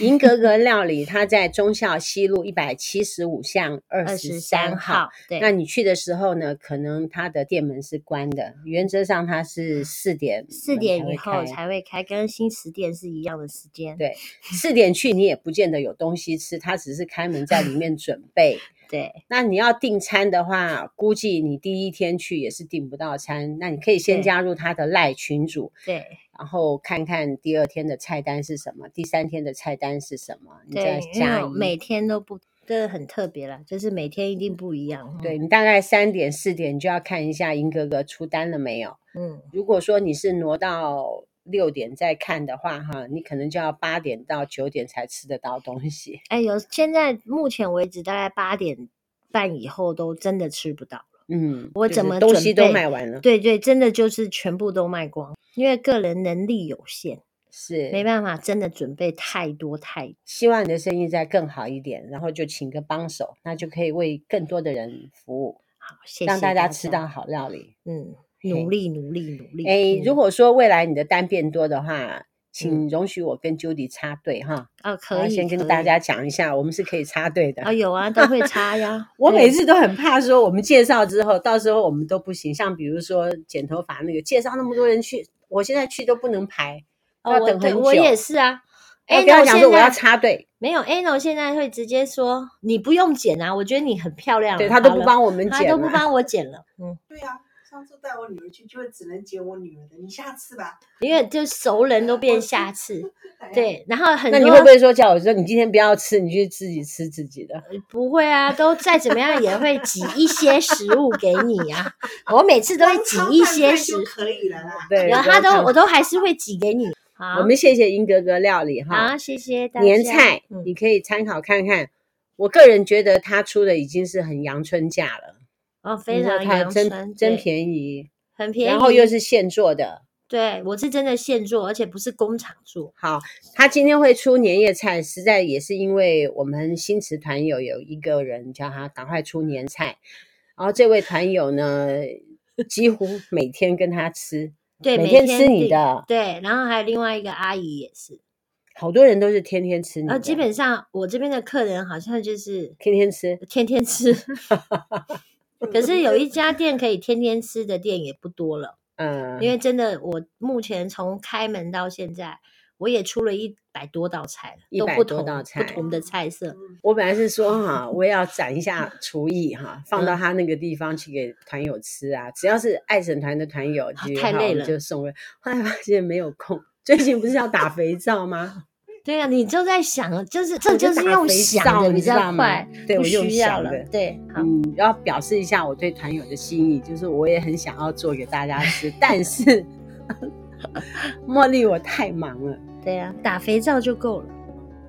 [SPEAKER 1] 银格格料理它在忠孝西路一百七十五巷二
[SPEAKER 2] 二
[SPEAKER 1] 十
[SPEAKER 2] 十
[SPEAKER 1] 三
[SPEAKER 2] 三
[SPEAKER 1] 号。
[SPEAKER 2] 号，对，
[SPEAKER 1] 那你去的时候呢，可能它的店门是关的，原则上它是四点
[SPEAKER 2] 四
[SPEAKER 1] 门
[SPEAKER 2] 点
[SPEAKER 1] 才会
[SPEAKER 2] 以后
[SPEAKER 1] 开
[SPEAKER 2] 才会开，跟新十点是一样的时间。
[SPEAKER 1] 对四点去你也不见得有东西吃，它只是开门在里 面准备。
[SPEAKER 2] 对
[SPEAKER 1] 那你要订餐的话，估计你第一天去也是订不到餐，那你可以先
[SPEAKER 2] 对
[SPEAKER 1] 加入他的赖群组，
[SPEAKER 2] 对
[SPEAKER 1] 然后看看第二天的菜单是什么，第三天的菜单是什么，你再
[SPEAKER 2] 对，因
[SPEAKER 1] 加
[SPEAKER 2] 为
[SPEAKER 1] 一。
[SPEAKER 2] 每天都不，这很特别啦，就是每天一定不一样。
[SPEAKER 1] 对你大概三点四点你就要看一下银格格出单了没有。
[SPEAKER 2] 嗯，
[SPEAKER 1] 如果说你是挪到六点再看的话，哈，你可能就要八点到九点才吃得到东西。
[SPEAKER 2] 哎，有现在目前为止，大概八点半以后都真的吃不到。
[SPEAKER 1] 嗯，
[SPEAKER 2] 我
[SPEAKER 1] 就
[SPEAKER 2] 怎
[SPEAKER 1] 是
[SPEAKER 2] 么
[SPEAKER 1] 东
[SPEAKER 2] 准
[SPEAKER 1] 西都
[SPEAKER 2] 备
[SPEAKER 1] 卖完了？
[SPEAKER 2] 对对，真的就是全部都卖光，因为个人能力有限，
[SPEAKER 1] 是，
[SPEAKER 2] 没办法，真的准备太多太
[SPEAKER 1] 希望你的生意再更好一点，然后就请个帮手，那就可以为更多的人服务，
[SPEAKER 2] 好，谢谢
[SPEAKER 1] 让大
[SPEAKER 2] 家
[SPEAKER 1] 家吃到，好料理。
[SPEAKER 2] 嗯，
[SPEAKER 1] 嘿
[SPEAKER 2] 努力努力努力。
[SPEAKER 1] 哎，如
[SPEAKER 2] 嗯
[SPEAKER 1] 果说未来你的单变多的话，请容许我跟 Judy 插队哈。
[SPEAKER 2] 哦
[SPEAKER 1] 我
[SPEAKER 2] 嗯可
[SPEAKER 1] 要
[SPEAKER 2] 以
[SPEAKER 1] 先跟
[SPEAKER 2] 可
[SPEAKER 1] 大
[SPEAKER 2] 以
[SPEAKER 1] 家讲一下，我们是可以插队 的。
[SPEAKER 2] 啊有啊，都会插呀。
[SPEAKER 1] 我
[SPEAKER 2] 对
[SPEAKER 1] 每次都很怕说我们介绍之后，到时候我们都不行。像比如说剪头发那个，介绍那么多人去，我现在去都不能排，
[SPEAKER 2] 哦
[SPEAKER 1] 要
[SPEAKER 2] 我
[SPEAKER 1] 等
[SPEAKER 2] 对
[SPEAKER 1] 很久。
[SPEAKER 2] 我也是啊。
[SPEAKER 1] 要
[SPEAKER 2] a
[SPEAKER 1] 不要
[SPEAKER 2] n
[SPEAKER 1] 讲
[SPEAKER 2] 现
[SPEAKER 1] 说
[SPEAKER 2] 在
[SPEAKER 1] 我要插队，
[SPEAKER 2] 没有 a n o 现在会直接说你不用剪啊，我觉得你很漂亮啊。
[SPEAKER 1] 对他都
[SPEAKER 2] 好
[SPEAKER 1] 不
[SPEAKER 2] 了
[SPEAKER 1] 帮我们剪
[SPEAKER 2] 他
[SPEAKER 1] 了，
[SPEAKER 2] 都不帮我剪了，嗯，
[SPEAKER 3] 对啊，上次带我女儿去，就只能剪我女儿的，你下次吧。
[SPEAKER 2] 因为就熟人都变 下次，对，然后很
[SPEAKER 1] 那
[SPEAKER 2] 多
[SPEAKER 1] 你会不会说叫我说你今天不要吃，你去自己吃自己的？
[SPEAKER 2] 不会啊，都再怎么样也会挤一些食物给你 啊。我每次都会挤一些食
[SPEAKER 3] 就，可以了啦。
[SPEAKER 1] 对，
[SPEAKER 2] 然
[SPEAKER 1] 不
[SPEAKER 2] 后他
[SPEAKER 1] 要
[SPEAKER 2] 都
[SPEAKER 1] 看
[SPEAKER 2] 我都还是会挤给你。好
[SPEAKER 1] 我，们谢谢英格格料理哈
[SPEAKER 2] 好，，谢谢大家。
[SPEAKER 1] 年菜
[SPEAKER 2] 啊嗯
[SPEAKER 1] 你可以参考看看。我个人觉得他出的已经是很阳春价了，
[SPEAKER 2] 哦，
[SPEAKER 1] 你
[SPEAKER 2] 非
[SPEAKER 1] 说
[SPEAKER 2] 常
[SPEAKER 1] 它
[SPEAKER 2] 阳
[SPEAKER 1] 真
[SPEAKER 2] 春，
[SPEAKER 1] 真
[SPEAKER 2] 宜，
[SPEAKER 1] 便宜，
[SPEAKER 2] 很便宜。
[SPEAKER 1] 然后又是现做的。
[SPEAKER 2] 对我是真的现做，而且不是工厂做。
[SPEAKER 1] 好，他今天会出年夜菜，实在也是因为我们新词团友有一个人叫他赶快出年菜，然后这位团友呢，几乎每天跟他吃，
[SPEAKER 2] 对，
[SPEAKER 1] 每
[SPEAKER 2] 每
[SPEAKER 1] 天吃你
[SPEAKER 2] 订
[SPEAKER 1] 的
[SPEAKER 2] 对，然后还有另外一个阿姨也是，
[SPEAKER 1] 好多人都是天天吃你
[SPEAKER 2] 然后
[SPEAKER 1] 的，
[SPEAKER 2] 呃基本上我这边的客人好像就是
[SPEAKER 1] 天天吃。
[SPEAKER 2] 天天吃， 可
[SPEAKER 3] 嗯
[SPEAKER 2] 是有一家店可以天天吃的店也不多了。
[SPEAKER 1] 嗯，
[SPEAKER 2] 因为真的，我目前从开门到现在，我也出了一百多道菜了，都
[SPEAKER 1] 100
[SPEAKER 2] 不
[SPEAKER 1] 多
[SPEAKER 2] 同
[SPEAKER 1] 道菜
[SPEAKER 2] 不同的菜色。
[SPEAKER 1] 我本来是说哈，我也要展一下厨艺哈，放
[SPEAKER 2] 嗯
[SPEAKER 1] 到他那个地方去给团友吃啊。只要是爱神团的团友，就
[SPEAKER 2] 太
[SPEAKER 1] 好
[SPEAKER 2] 累
[SPEAKER 1] 我们
[SPEAKER 2] 了
[SPEAKER 1] 就送了。后来发现没有空，最近不是要打肥皂吗？
[SPEAKER 2] 对啊，你就在想，就是
[SPEAKER 1] 我
[SPEAKER 2] 这就是
[SPEAKER 1] 打
[SPEAKER 2] 用
[SPEAKER 1] 肥
[SPEAKER 2] 想
[SPEAKER 1] 皂
[SPEAKER 2] 的
[SPEAKER 1] 你
[SPEAKER 2] 比
[SPEAKER 1] 知道
[SPEAKER 2] 较
[SPEAKER 1] 吗
[SPEAKER 2] 快，
[SPEAKER 1] 对
[SPEAKER 2] 不
[SPEAKER 1] 我用
[SPEAKER 2] 需要
[SPEAKER 1] 想
[SPEAKER 2] 了
[SPEAKER 1] 的。
[SPEAKER 2] 对，好，
[SPEAKER 1] 嗯，要表示一下我对团友的心意，就是我也很想要做给大家吃，但 是茉莉我太忙了，
[SPEAKER 2] 对啊，打肥皂就够了。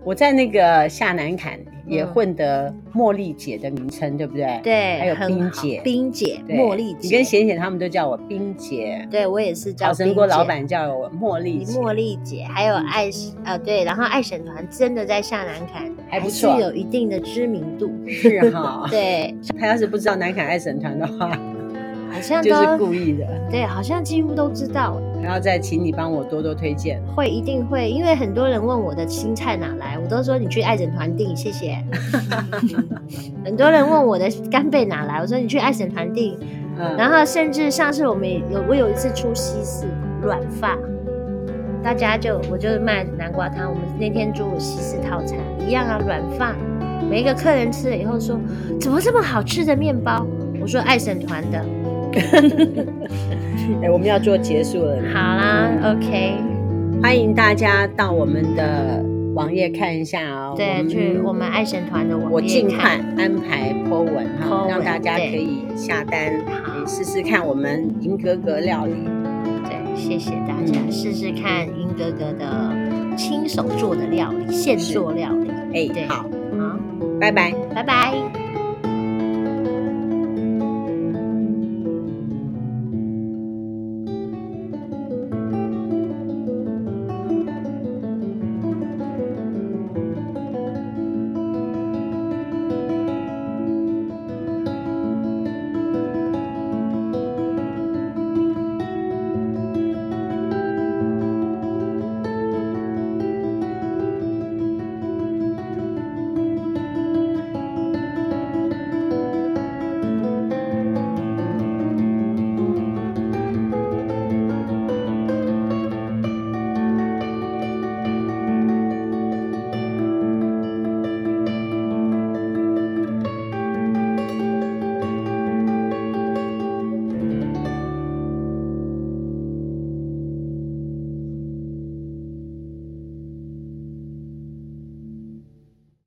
[SPEAKER 1] 我在那个下南坎也
[SPEAKER 2] 嗯
[SPEAKER 1] 混得茉莉姐的名称，对不对？
[SPEAKER 2] 对，
[SPEAKER 1] 还有
[SPEAKER 2] 很
[SPEAKER 1] 冰
[SPEAKER 2] 好
[SPEAKER 1] 姐
[SPEAKER 2] 冰姐、
[SPEAKER 1] 对，
[SPEAKER 2] 茉莉
[SPEAKER 1] 你跟
[SPEAKER 2] 姐，
[SPEAKER 1] 贤贤他们都叫我冰姐，
[SPEAKER 2] 对我也是
[SPEAKER 1] 好
[SPEAKER 2] 叫
[SPEAKER 1] 神
[SPEAKER 2] 冰
[SPEAKER 1] 锅老
[SPEAKER 2] 姐。
[SPEAKER 1] 板叫我茉莉姐，
[SPEAKER 2] 茉莉姐，还有爱呃对，然后爱沈团真的在下南坎
[SPEAKER 1] 还不
[SPEAKER 2] 是
[SPEAKER 1] 错
[SPEAKER 2] 有一 定的知名度，
[SPEAKER 1] 是哈。
[SPEAKER 2] 对，
[SPEAKER 1] 他要是不知道南坎爱神团的话，
[SPEAKER 2] 好像
[SPEAKER 1] 就
[SPEAKER 2] 都
[SPEAKER 1] 是故意的。
[SPEAKER 2] 对，好像几乎都知道。
[SPEAKER 1] 还要再请你帮我多多推荐。
[SPEAKER 2] 会一定会，因为很多人问我的新菜哪来，我都说你去爱整团订，谢谢。很多人问我的干贝哪来，我说你去爱整团订。
[SPEAKER 1] 嗯，
[SPEAKER 2] 然后甚至上次我们也有我有一次出西式软发，大家就我就卖南瓜汤，我们那天做西式套餐一样啊，软发。每一个客人吃了以后说，怎么这么好吃的面包？我说爱省团的，
[SPEAKER 1] 哎、我们要做结束了。
[SPEAKER 2] 好啦，OK，
[SPEAKER 1] 欢迎大家到我们的网页看一下哦。
[SPEAKER 2] 对，去我们爱省团的网
[SPEAKER 1] 我
[SPEAKER 2] 页
[SPEAKER 1] 尽
[SPEAKER 2] 看
[SPEAKER 1] 快。安排 po 文哈，
[SPEAKER 2] po
[SPEAKER 1] 让大家可
[SPEAKER 2] 文对
[SPEAKER 1] 以下单，也试试看我们银格格料理。
[SPEAKER 2] 对，谢谢大家，
[SPEAKER 1] 嗯
[SPEAKER 2] 试试看英哥哥的亲手做的料理，现做料理。
[SPEAKER 1] 哎、
[SPEAKER 2] 对
[SPEAKER 1] 好，
[SPEAKER 2] 好，
[SPEAKER 1] 拜拜。
[SPEAKER 2] 拜拜。